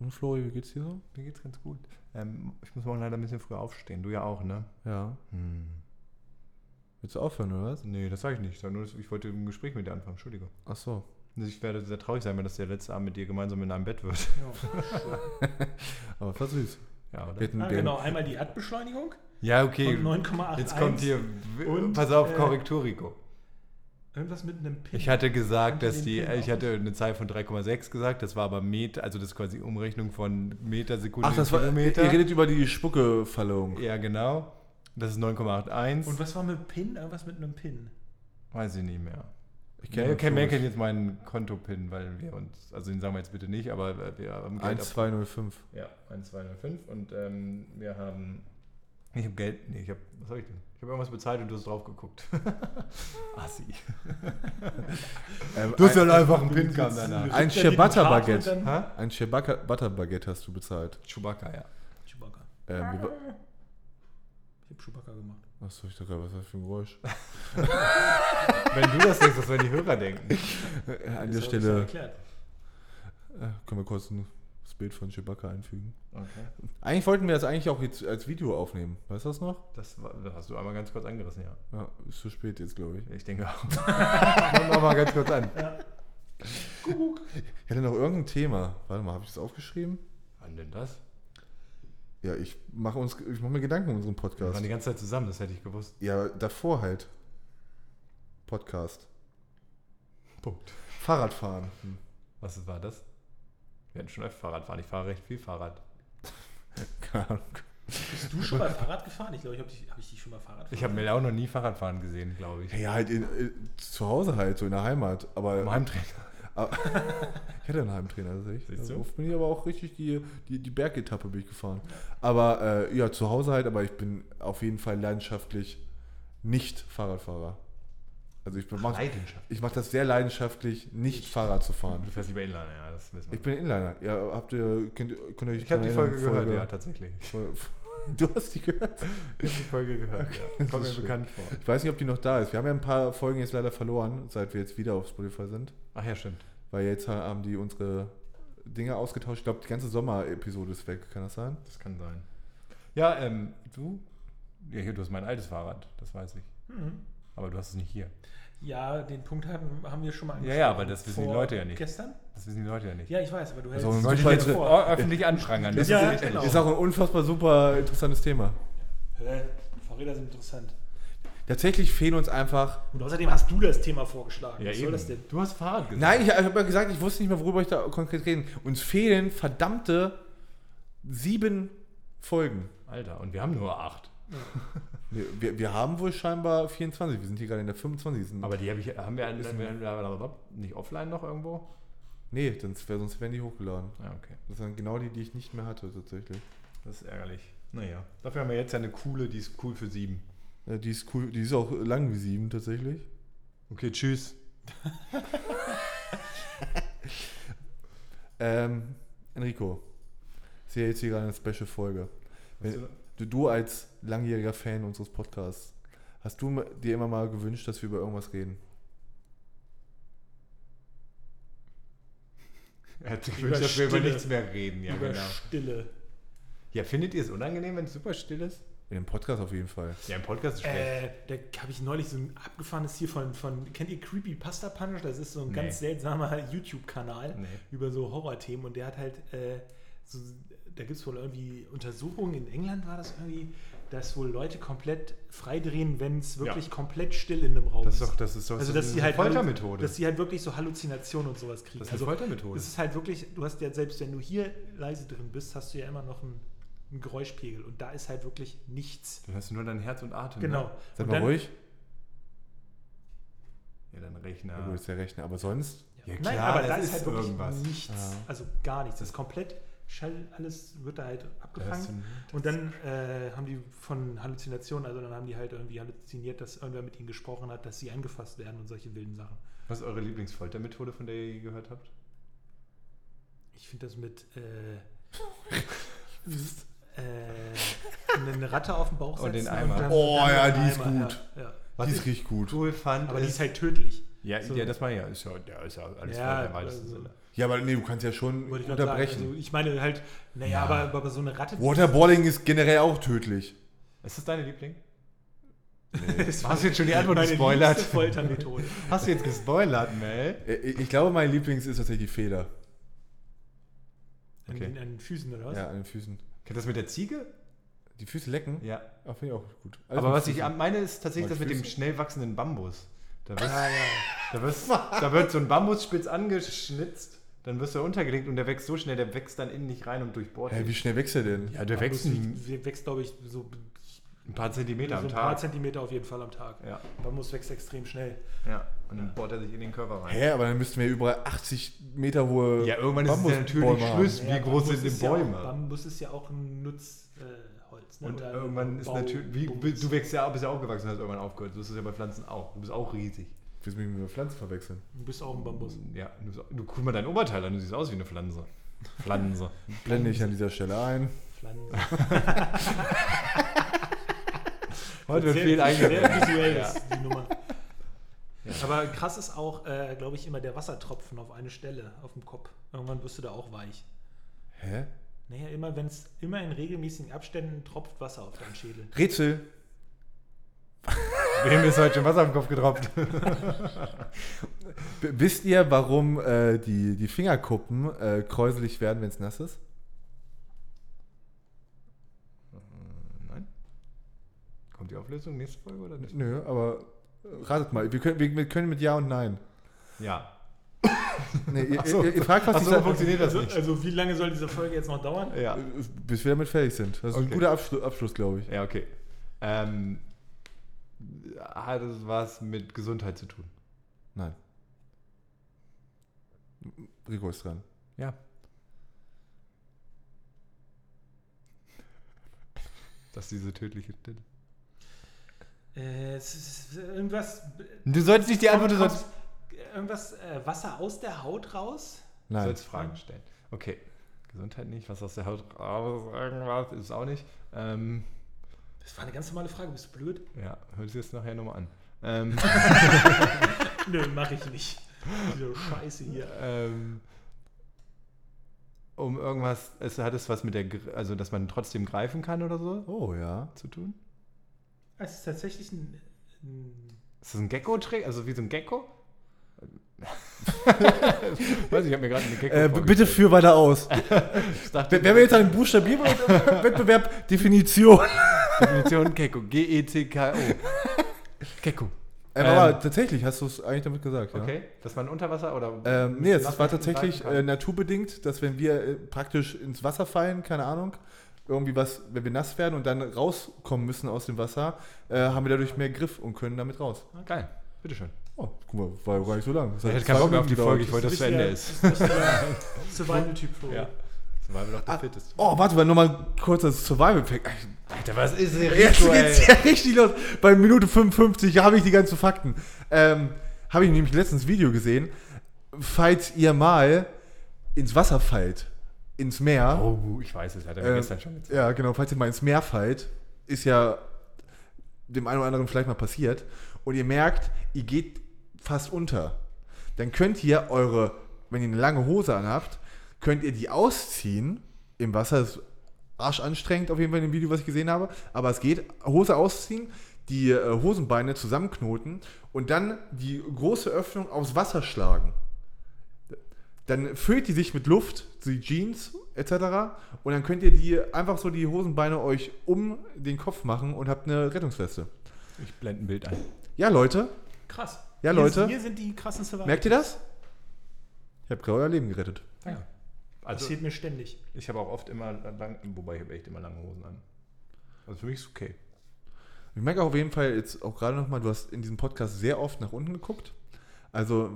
Und Flori, wie geht's dir so?
Mir geht's ganz gut. Ähm, ich muss morgen leider ein bisschen früher aufstehen. Du ja auch, ne? Hm.
Ja. Willst du aufhören, oder was?
Nee, das sage ich nicht. Ich, sag nur, dass- ich wollte ein Gespräch mit dir anfangen. Entschuldigung. Also
Ach so.
Ich werde sehr traurig sein, wenn das der letzte Abend mit dir gemeinsam in einem Bett wird.
Ja,
Aber das war süß.
Ja,
Wir
oder?
hätten
ah,
den-
genau. Einmal die Erdbeschleunigung
Ja, okay.
und 9,8.
Jetzt kommt hier.
Und,
pass auf,
äh,
Korrekturico.
Irgendwas mit einem Pin.
Ich hatte gesagt,
Kannst
dass
du
die,
den Pin
ich hatte eine Zahl von 3,6 gesagt, das war aber Meter, also das ist quasi Umrechnung von Meter, Sekunde,
Ach, das war.
Kilometer.
Ihr redet über die Spucke-Verleihung.
ja, genau. Das ist 9,81.
und was war mit Pin? Irgendwas mit einem Pin.
Weiß ich nicht mehr. Ich
kenn
kenne
ihn
okay, mehr
schon.
kennt jetzt meinen Kontopin, weil wir uns, also den sagen wir jetzt bitte nicht, aber wir haben Geld
1205.
ab, Ja, 1205 und ähm, wir haben. Ich habe Geld. Nee, ich habe. Was habe ich denn? Ich habe irgendwas bezahlt und du hast drauf geguckt. Assi.
Ähm,
Du hast
ein
ja einfach einen Pin kam
Wir
danach.
Ein
sind ja die Karte
Ciabatta-Baguette.
und dann-
Hä?
ein Ciabatta-Baguette hast du bezahlt.
Chewbacca, ja.
Chewbacca.
Ähm, wir wa-
Ich habe Chewbacca gemacht.
Achso, ich dachte, gerade, was war das für ein Geräusch?
Wenn du das denkst, das werden die Hörer denken.
Äh, An
Das
der
hab ich schon
Stelle
erklärt.
äh, können wir kurz ein, das Bild von Chewbacca einfügen.
Okay.
Eigentlich wollten wir das eigentlich auch jetzt als Video aufnehmen. Weißt du das noch?
Das, war, das hast du einmal ganz kurz angerissen, ja.
Ja, ist zu spät jetzt, glaube ich.
Ich denke auch. Mach mal ganz kurz an.
Ich hatte noch irgendein Thema. Warte mal, habe ich das aufgeschrieben?
Wann denn das?
Ja, ich mache uns, ich mache mir Gedanken um unseren
Wir
Podcast.
waren die ganze Zeit zusammen, das hätte ich gewusst.
Ja, davor halt. Podcast.
Punkt.
Fahrradfahren. Hm.
Was war das? werden schon öfter Fahrrad fahren. Ich fahre recht viel Fahrrad.
Keine Ahnung.
Bist du schon mal Fahrrad gefahren? Ich glaube, ich habe dich, hab ich dich schon mal Fahrrad gefahren.
Ich habe mir auch noch nie Fahrradfahren gesehen, glaube ich.
Ja, halt in, in, zu Hause halt, so in der Heimat. Aber
Im Heimtrainer.
aber- ich hatte einen Heimtrainer, tatsächlich.
Siehst du?
Also oft bin ich aber auch richtig die, die, die Bergetappe bin ich gefahren. Aber äh, ja, zu Hause halt, aber ich bin auf jeden Fall leidenschaftlich nicht Fahrradfahrer. Also ich mache
Leidenschaft.
ich mach das sehr leidenschaftlich, nicht Fahrrad zu
Du
fahren.
fährst lieber Inliner, ja, das wissen wir.
Ich bin Inliner. Ja, habt ihr, könnt, ihr- könnt ihr euch
Ich habe die
daran
Folge
erinnern?
gehört, ja, tatsächlich.
Folge- Du hast die gehört?
Ich habe die Folge gehört, ja.
das
Kommt
ist
mir
schön.
bekannt vor.
Ich weiß nicht, ob die noch da ist. Wir haben ja ein paar Folgen jetzt leider verloren, seit wir jetzt wieder auf Spotify sind.
Ach ja, stimmt.
Weil jetzt haben die unsere Dinge ausgetauscht. Ich glaube, die ganze Sommer-Episode ist weg. Kann das sein?
Das kann sein. Ja, ähm, du? Ja, hier, du hast mein altes Fahrrad, das weiß ich.
Mhm.
Aber du hast es nicht hier.
Ja, den Punkt hatten, haben wir schon mal
Ja, ja, aber das wissen die
Vor
Leute ja nicht.
Gestern?
Das wissen die Leute ja nicht.
Ja, ich weiß, aber du hältst
Also,
es
Sollte ich
Super
jetzt
inter-
vor- öffentlich anprangern. Das
Ja,
ist
genau.
richtig.
Ist auch ein unfassbar super interessantes Thema.
Oh.
Hä? Fahrräder sind interessant.
Tatsächlich fehlen uns einfach.
Und außerdem hast du das Thema vorgeschlagen.
Ja,
Was
eben.
soll das denn?
Du hast Fahrrad gesagt.
Nein, ich, ich habe ja gesagt, ich wusste nicht mehr, worüber ich da konkret reden. Uns fehlen verdammte sieben Folgen.
Alter, und wir haben nur acht.
Wir, wir, wir haben wohl scheinbar 24. Wir sind hier gerade in der 25.
Aber die hab ich, haben wir, wir nicht offline noch irgendwo?
nee, sonst, wär- sonst wären die hochgeladen.
Ja, okay.
Das sind genau die, die ich nicht mehr hatte, tatsächlich.
Das ist ärgerlich. Naja. Dafür haben wir jetzt ja eine coole, die ist cool für sieben.
Ja, die ist cool, die ist auch lang wie sieben tatsächlich.
Okay, tschüss.
Ähm, Enrico, ist ja jetzt hier gerade eine Special-Folge.
Äh,
Wenn- Du, du als langjähriger Fan unseres Podcasts, hast du m- dir immer mal gewünscht, dass wir über irgendwas reden?
Er hat sich
Über
gewünscht, dass wir über
Stille.
nichts mehr reden. Ja,
Über
genau.
Stille.
Ja, findet ihr es unangenehm, wenn es super still ist?
In dem Podcast auf jeden Fall.
Ja, im Podcast ist schlecht.
Äh, da habe ich neulich so ein abgefahrenes hier von, von kennt ihr Creepy Pasta Punch? Das ist so ein
Nee.
ganz seltsamer YouTube-Kanal
Nee.
über so Horrorthemen und der hat halt, äh, so, da gibt es wohl irgendwie Untersuchungen, in England war das irgendwie, dass wohl Leute komplett freidrehen, wenn es wirklich komplett still in einem Raum
Das
ist.
ist doch, das ist doch
also,
so
dass
eine
die halt
Foltermethode.
Dass die halt wirklich so Halluzinationen und sowas kriegen.
Das ist eine
also,
Foltermethode.
Es ist halt wirklich, du hast ja selbst, wenn du hier leise drin bist, hast du ja immer noch einen, einen Geräuschpegel und da ist halt wirklich nichts.
Dann hast du nur dein Herz und Atem.
Genau.
Ne?
Sei
Und
mal
dann-
ruhig.
Ja, dein
Ja.
Rechner.
gut, ist ja rechnen, aber sonst.
Ja,
Nein,
klar,
aber
das
da ist
ist
halt wirklich
irgendwas.
nichts.
Ja.
Also gar nichts. Das ist komplett Schall, alles wird da halt
Das
abgefangen.
ist-
Und dann äh, haben die von Halluzinationen, also dann haben die halt irgendwie halluziniert, dass irgendwer mit ihnen gesprochen hat, dass sie angefasst werden und solche wilden Sachen.
Was ist eure Lieblingsfoltermethode, von der ihr je gehört habt?
Ich finde das mit äh, äh, eine Ratte auf den Bauch
Und den
setzen
Eimer.
dann-
Oh,
dann
ja,
den
die ist
Eimer,
gut.
Ja, ja.
die ist richtig gut.
Cool fand.
Aber die
ist-
ist halt tödlich.
ja,
so-
ja, das war ja. Ist ja, ja, ist ja alles
Ja,
Folter im weitesten
also-
Sinne.
Ja, aber nee, du kannst ja schon
Wollte ich gerade sagen.
unterbrechen.
Also ich meine halt, naja,
Ja.
aber, aber so eine Ratte.
Waterboarding ist generell auch tödlich.
Ist das deine Liebling?
Das war
Hast du jetzt schon die Antwort
meine
gespoilert?
liebste Foltermethode.
Hast du jetzt gespoilert, Mel?
Äh, Ich ich glaube, mein Lieblings ist tatsächlich die Feder.
An,
Okay.
den, an den Füßen oder was?
Ja, an den Füßen.
Kennt das mit der Ziege?
Die Füße lecken?
Ja.
Ja, finde ich auch gut. Alles
Aber
mit
was ich
Füßen.
am- meine, ist tatsächlich
Mit
das mit dem
Füßen.
schnell wachsenden Bambus. Da, wirst,
Ah, ja.
da, wirst, da wird so ein Bambusspitz angeschnitzt, dann wirst du untergelegt und der wächst so schnell, der wächst dann innen nicht rein und durchbohrt.
Hä,
dich.
wie schnell wächst er denn?
ja, der
Wächst,
wächst ein,
wächst glaube ich, so,
ein paar Zentimeter
so ein
am
paar
Tag.
Zentimeter auf jeden Fall am Tag.
ja,
Bambus wächst extrem schnell.
ja. Und dann bohrt er sich in den Körper rein.
Hä, aber dann müssten wir überall 80 Meter hohe
Ja, irgendwann ist es ja natürlich
Bambusbäume haben.
Schluss. Also Wie groß
Bambus
sind die
ist ja
Bäume?
Auch, Bambus ist ja auch ein Nutzholz. Äh, Holz, ne?
Und
Oder
irgendwann ist
Bau-
natürlich, wie,
Bums.
du wächst ja, bist ja aufgewachsen, hast irgendwann aufgehört. So ist es ja bei Pflanzen auch. Du bist auch riesig.
Willst du mich mit einer Pflanze verwechseln?
Du bist auch ein Bambus.
Ja, du, bist auch- du guck mal dein Oberteil an, du siehst aus wie eine Pflanze. Pflanze.
Blende ich an dieser Stelle ein.
Pflanze.
Heute wird
Sehr-
viel eingeredet.
Sehr visuell ist die Nummer. Aber krass ist auch, äh, glaube ich, immer der Wassertropfen auf eine Stelle, auf dem Kopf. Irgendwann wirst du da auch weich.
Hä?
Naja, immer wenn es immer in regelmäßigen Abständen tropft Wasser auf deinen Schädel.
Rätsel.
Wem ist heute schon Wasser am Kopf getropft?
B wisst ihr, warum äh, die, die Fingerkuppen äh, kräuselig werden, wenn es nass ist?
Nein. Kommt die Auflösung nächste Folge oder nicht?
Nö, aber äh, ratet mal. Wir können, wir, wir können mit Ja und Nein.
Ja.
Nee, ihr,
so.
ihr, ihr fragt, was
Ach
die
so,
Sache-
funktioniert das
Also,
nicht.
also wie lange soll diese Folge jetzt noch dauern?
Ja.
Äh, Bis wir damit fertig sind. Das ist ein
Okay.
guter Abschluss, Abschluss glaube ich.
Ja, okay. Ähm, hat es was mit Gesundheit zu tun?
Nein. Rico ist dran.
Ja. Das ist diese tödliche Stille.
Äh, es ist irgendwas.
Du solltest nicht die Antwort, halt- du
kommt-
solltest,
Irgendwas äh, Wasser aus der Haut raus?
du
Nein.
solltest Fragen stellen. Okay. Gesundheit nicht, was aus der Haut raus, irgendwas ist auch nicht. Ähm,
Das war eine ganz normale Frage, bist du blöd?
ja, hör dir das nachher nochmal an. Ähm,
Nö, mach ich nicht. Diese Scheiße hier.
ähm, um irgendwas, es hat es was mit der, Gr- also dass man trotzdem greifen kann oder so
Oh ja.
zu tun?
Es ist tatsächlich ein. ein
Ist das ein Gecko-Trick? Also wie so ein Gecko? Weiß ich, ich habe mir gerade einen Gecko
Äh, b- bitte
vorgestellt.
führ weiter aus.
Ich dachte,
Wenn wenn wir jetzt einen Buchstabierwettbewerb Definition.
Definition Gecko. E G-E-C-K-O. Gecko.
Ähm, aber tatsächlich hast du es eigentlich damit gesagt. Ja?
Okay, dass man unter Wasser oder.
Ähm, nee, es
Lass
war
mich
tatsächlich
greifen
äh,
kann.
naturbedingt, dass wenn wir äh, praktisch ins Wasser fallen, keine Ahnung, irgendwie was, wenn wir nass werden und dann rauskommen müssen aus dem Wasser, äh, haben wir dadurch mehr Griff und können damit raus.
Ah, Geil. Bitteschön.
Oh, guck mal, war ja gar nicht so lang. Das hat
Ich hätte
zwei
keinen Bock mehr auf die
Minuten
Folge, ich
gedauert.
wollte, dass es zu Ende ist.
Survival-Typ vor.
Ja. Ah. Survival of the Fittest.
Oh, warte mal, nochmal kurz das Survival-Pack.
Alter, was ist hier
Jetzt geht's ja richtig los. Bei Minute 55 habe ich die ganzen Fakten. Ähm, habe ich nämlich letztens Video gesehen. Falls ihr mal ins Wasser fallt, ins Meer.
Oh, ich weiß es, hat er mir
Ähm,
gestern schon gezeigt.
Ja, genau. Falls ihr mal ins Meer fallt, ist ja dem einen oder anderen vielleicht mal passiert und ihr merkt, ihr geht fast unter. Dann könnt ihr eure, wenn ihr eine lange Hose anhabt, könnt ihr die ausziehen im Wasser. Das ist arsch anstrengend auf jeden Fall in dem Video, was ich gesehen habe. Aber es geht, Hose ausziehen, die äh, Hosenbeine zusammenknoten und dann die große Öffnung aufs Wasser schlagen dann füllt die sich mit Luft, die Jeans etc. Und dann könnt ihr die einfach so die Hosenbeine euch um den Kopf machen und habt eine Rettungsweste.
Ich blende ein Bild ein.
Ja, Leute,
Krass.
Ja,
Hier-
Leute.
Hier sind die krassen Survival.
merkt ihr das? Ich hab gerade euer Leben gerettet.
Ja.
Das
Also,
steht mir ständig.
ich habe auch oft immer lang, wobei ich habe echt immer lange Hosen an. Also für mich ist es okay.
Ich merke auf jeden Fall jetzt auch gerade nochmal, du hast in diesem Podcast sehr oft nach unten geguckt. Also,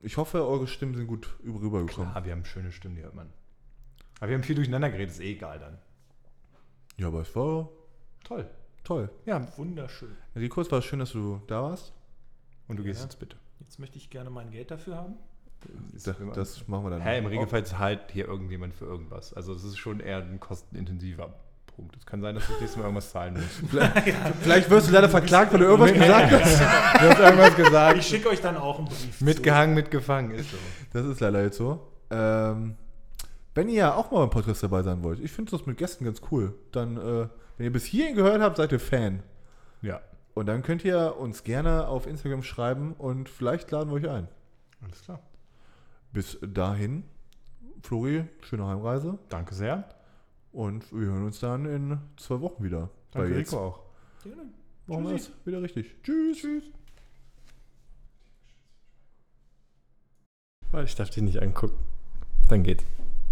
ich hoffe, eure Stimmen sind gut über- rübergekommen.
Ah, wir haben schöne Stimmen, die hört man. Aber wir haben viel durcheinander geredet, ist eh egal dann.
Ja, aber es war
Toll.
toll.
Ja,
Wunderschön.
Rico, es war schön, dass du da warst.
und du gehst
Ja.
jetzt bitte.
Jetzt möchte ich gerne mein Geld dafür haben.
Da, das machen wir dann.
Hä, im Regelfall zahlt hier irgendjemand für irgendwas. Also es ist schon eher ein kostenintensiver Punkt. Es kann sein, dass du das nächste Mal irgendwas zahlen musst.
Vielleicht wirst du leider verklagt, weil du irgendwas gesagt hast.
du hast irgendwas gesagt.
Ich schicke euch dann auch einen Brief.
Mitgehangen, mitgefangen ist so.
Das ist leider jetzt so. Ähm, wenn ihr auch mal beim Podcast dabei sein wollt, ich finde das mit Gästen ganz cool. Dann, äh, wenn ihr bis hierhin gehört habt, seid ihr Fan.
Ja,
Und dann könnt ihr uns gerne auf Instagram schreiben und vielleicht laden wir euch ein.
alles klar.
Bis dahin, Flori, schöne Heimreise
Danke sehr.
und wir hören uns dann in zwei Wochen wieder.
Danke
Weil jetzt
Rico auch.
So. Gerne.
machen wir
Tschüssi.
es wieder richtig. Tschüss. Tschüss.
Warte, ich darf dich nicht angucken. Dann geht's.